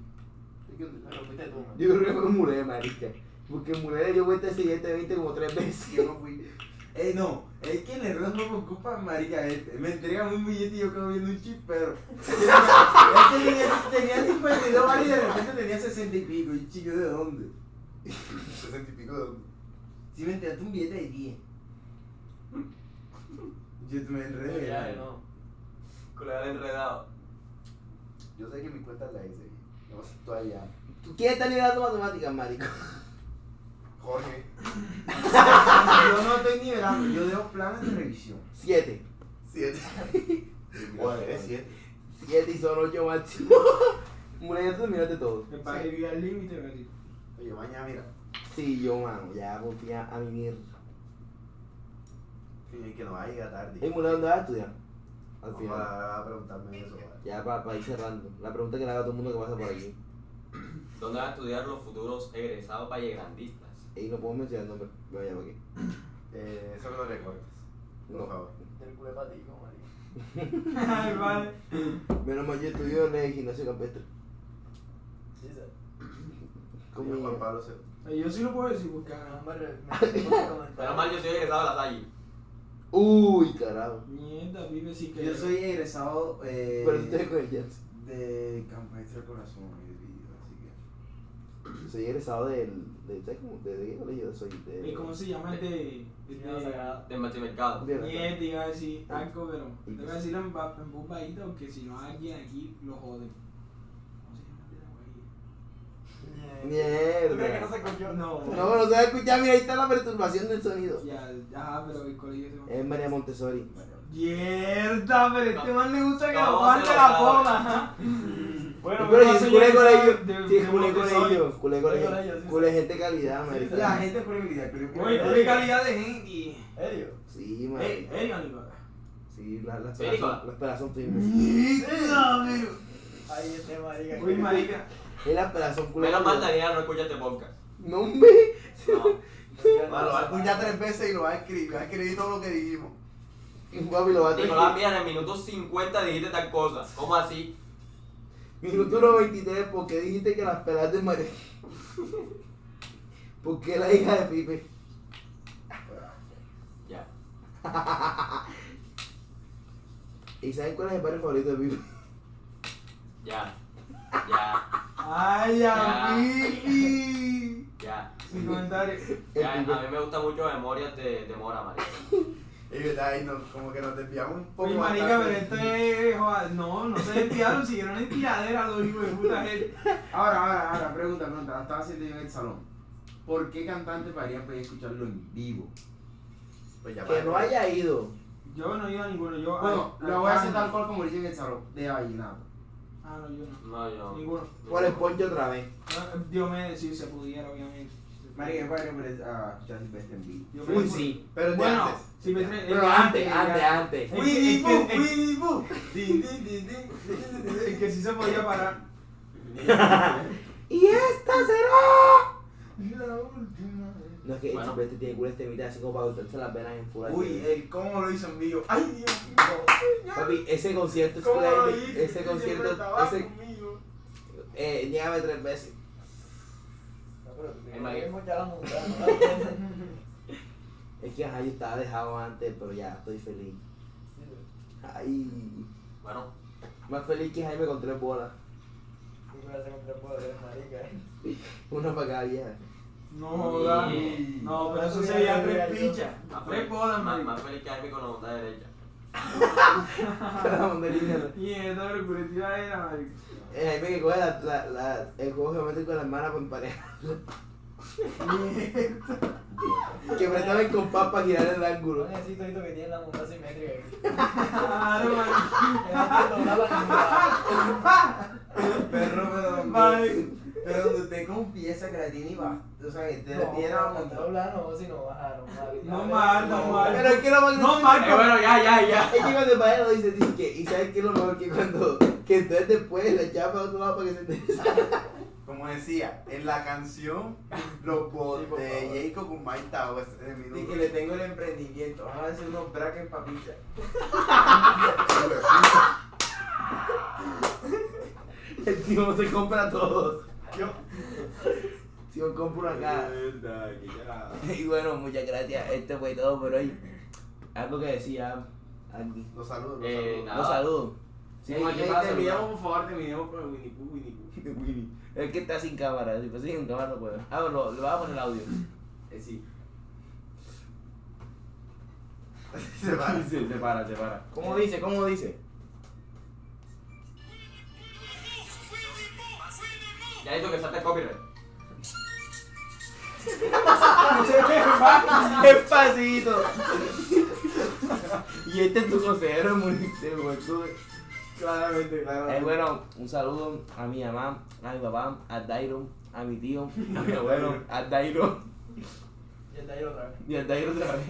Pero fuiste tú, man. Yo creo que fue Muré, marica. Porque Muré le dio vuelta el siguiente 20 como 3 veces. Yo no fui. Ey, Eh, no, es que el error no me ocupa, marica. este. Me entregan un billete y yo quedo viendo un chip, pero. Este billete tenía 52 balas y de repente tenía 60 y pico. ¿Y chico de dónde? 60 y pico de dónde. Si me entregaste un billete de 10. Yo me enredé. Ya, no. Culebra de enredado. Yo sé que mi cuenta la hice. No sé todavía. ¿Tú quién está liberando matemáticas, marico? Jorge. Yo no estoy nivelando, yo dejo planes de revisión. 7. 7. Joder, 7. 7 y son 8 máximo. Muré, ya tú terminaste todo. El padre vivía al límite, marico. Oye, mañana mira. Sí, yo, mano, ya confía a mi mierda. Que, que no va a llegar tarde. ¿Y Muré dónde vas a estudiar? Al Vamos final. a preguntarme eso. vale. Ya para ir cerrando. La pregunta que le haga a todo el mundo que pasa por aquí. ¿Dónde van a estudiar los futuros egresados vallegrandistas? Y no puedo mencionar el nombre. Voy a para aquí. Eh, eso me lo recortes. Por No. favor. Del culo hepático, marico. Ay, vale. Menos mal, yo estudio en el gimnasio campestre. Sí, sí. Como Juan Pablo se. Ay, Yo sí lo puedo decir porque. No, ah, me re- me tengo que comentar. Pero mal, yo soy egresado a la Salle. Uy, carajo. Mierda, vive sí que. Yo soy egresado eh, Pero estoy con el Jets. de Campestre Corazón y de Video, así que. Soy egresado del. del ¿Sabes cómo? ¿De qué colegio Eh, soy? De. ¿Y cómo se llama el de.? el Señora Sagrada. De Mercado. de- Mierda, iba a decir algo, pero. Te voy a decir en, ba- en voz bajita porque si no alguien aquí lo jode. ¿Cómo se llama el de la guarida? ¿Tú crees que no Mierda. se cogió? No. No, no se va a escuchar. Mira, ahí está la perturbación del sonido. Ya, ajá, pero el colegio se va. Es María Montessori. Mierda, pero este man le gusta que No, aguante se lo la sabe. bola. Bueno, Pero yo paso soy yo culé egresado de- colegio. Sí, de culé Montessori. colegio. Culé colegio, sí, colegio. sí. Culé gente de calidad, marica. La gente con habilidad, pero Oye, qué calidad de gente. Eh, ¿Serio? Sí, Ey, marica. Eric, amigo. Sí, la- las Sí, pelas Nicolás. son- las pelas son firmes. Ahí este marica. Uy, marica. Es las pelas son culé. Menos mal, Daniela, no escucha este podcast. No me. No. Bueno, lo va a escuchar tres veces y lo va a escribir. Va a escribir todo lo que dijimos. Papi, lo va a tener. Nicolás, mira, en el minuto 50 dijiste tal cosa. ¿Cómo así? Minuto 93, ¿por qué dijiste que las pelas de María? ¿Por qué la hija de Pipe? Ya. ¿Y saben cuál es el barrio favorito de Pipe? Ya. Ya. Ay, Ya. Billy. Ya. Sin comentarios. Ya, a mí me gusta mucho Memorias de, de Mora, marica. Y verdad, ahí no, como que nos desviamos un poco. Oye, más marica, tarde. pero esto es. joda, No, no se despidaron, siguieron en tiradera los hijos de puta gente. Ahora, ahora, ahora, pregunta, pregunta. La estaba haciendo yo en el salón. ¿Por qué cantante para ir a poder escucharlo en vivo? Pues ya Que vale. no haya ido. Yo no he ido a ninguno. Yo, Bueno, al- lo al voy a hacer Candy. tal cual como dicen en el salón, de vallenato. Ah, no, yo no. No, yo. Ninguno. ¿Cuál es Poncho otra vez? No, Dios me decir, se pudiera, obviamente. Marica, ¿cuál es el a Justin Best en B? Yo Uy, creo- sí. Pero de Bueno, antes. si me trae- Pero el de antes, el de antes, antes. El que- Winnie el Pooh, que- el- Winnie Pooh. Din, din, din, din. El que sí se podía parar. ¡Y esta será! La última. No es que el chupete tiene culo este mitad, así como para cortarse las venas en full. Uy, el cómo lo hizo en vivo. Ay, Dios mío. Papi, ese concierto es ¿Cómo play- lo hizo? Ese Siempre concierto. estaba Ese, conmigo. eh, llégame tres veces. El mayor ya la montaron. Es que ajá, yo estaba dejado antes, pero ya estoy feliz. Ay. Bueno, Más feliz que Jaime con tres bolas. Tú me vas a comprar poderes, marica. ¿eh? Una para cada vieja. No joda. Sí. No, pero eso sería tres pichas. más Tres feliz- bolas, más- marica. Más feliz que Jaime con la onda derecha. Con la banderilla. Y esta locura era, marica. Eh, Jaime que coge la, la, la- el juego geométrico de la hermana para emparejarla. que prestaba el compás para girar el ángulo. No necesito esto que tiene la montada simétrica. ¿eh? Claro, marica. Perro, pero Marica. donde, pero donde usted confiesa que la tiene y va. O sea, que usted la tiene a montar. no, si no bajaron. No mal, no mal. Pero es que lo más No mal, Eh, bueno, ya, ya, ya. Es que cuando el padre lo dice, dice que, y sabes que es lo mejor que cuando, que entonces después la echaba para otro lado para que se te Como decía, en la canción, los bots de Jacob con Mike Towers en el Y minuto. que le tengo el emprendimiento. Vamos a hacer unos brackets para pizza. El tío se compra a todos. Tío, compra una cara. Y bueno, muchas gracias. Este fue todo por hoy. Algo que decía Andy. Los saludos, los Eh, saludos. Los nada. saludo. Sí, Como aquí eh, pasa, te ¿verdad? miramos. Por favor, terminemos con Winnie Pooh, Winnie Pooh. Willy. Es que está sin cámara. Si pues sin cámara no puedo. Ah, bueno, le vamos a poner el audio. Eh, sí. Se va. Sí, se para, se para. ¿Cómo dice? ¿Cómo dice? Ya necesito que salte copyright. Despacito. y este es tu consejero municipal, Claramente, Eh, claramente. bueno, un saludo a mi mamá, a mi papá, a Dairo, a mi tío, a mi abuelo, a Dairo Ya está ahí otra vez. y a Dairo otra vez.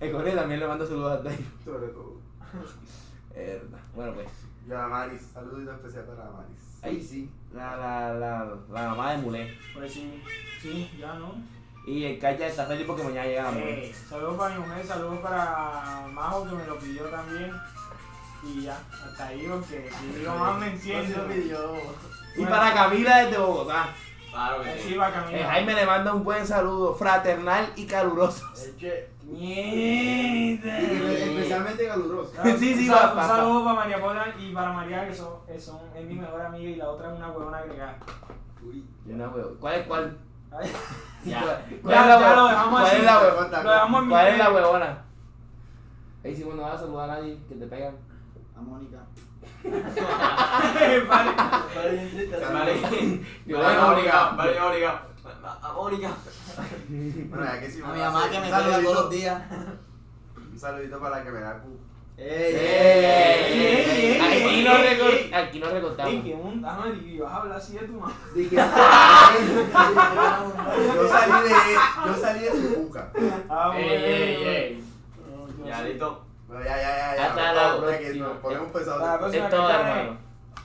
El Jorge también le manda saludos a Dairo. Sobre todo. Eh, Bueno, pues. Y a la Maris, saludito especial para la Maris. Ahí sí. La, la, la, la mamá de Mulé. Pues sí, sí, ya no. Y el Cacha está feliz porque mañana llega la Mulé. Eh, saludos para mi mujer, saludos para Majo que me lo pidió también. Y ya, hasta ahí porque si digo más me enciendo. Y para Camila desde Bogotá. Claro que Sí, sí. va Eh, Camila. Jaime le manda un buen saludo fraternal y caluroso. Y que Mierda. le- especialmente caluroso. Sí, sí, un sal- va, un va, saludo para María Paula y para María, que son, eh, son- es mi mejor amiga y la otra es una huevona agregada. Una huevo. ¿Cuál es cuál? Ay, Ya, ya, la ya hue- lo dejamos ¿Cuál así. es la huevona? Aguanta, Lo dejamos en ¿Cuál es la misterio. huevona? Ahí sí, bueno, no vas a saludar a nadie que te pegan. A Mónica. Vale. Vale. Yo voy Vale, a Mónica. Vale, Mónica. A- A Mónica. Bueno, ya que sí, A mi vamos mamá hacer que me un salga todos saludito- los días. Un saludito para la que me da cu. Eh, ¡Ey! ey, ey, ey, Eh, Aquí ey, no ey, reco- Aquí no eh, Ey, recortamos. que un ah, madre, y vas a hablar así de tu mamá. Yo salí de, yo salí de su cuca. Ah, Ey, bueno. ey, ey. Ya listo. Bueno, ya, ya, ya, ya. Hasta la Vamos, ya que próxima. nos ponemos Hasta la pesados. próxima Es todo, que estaré. hermano.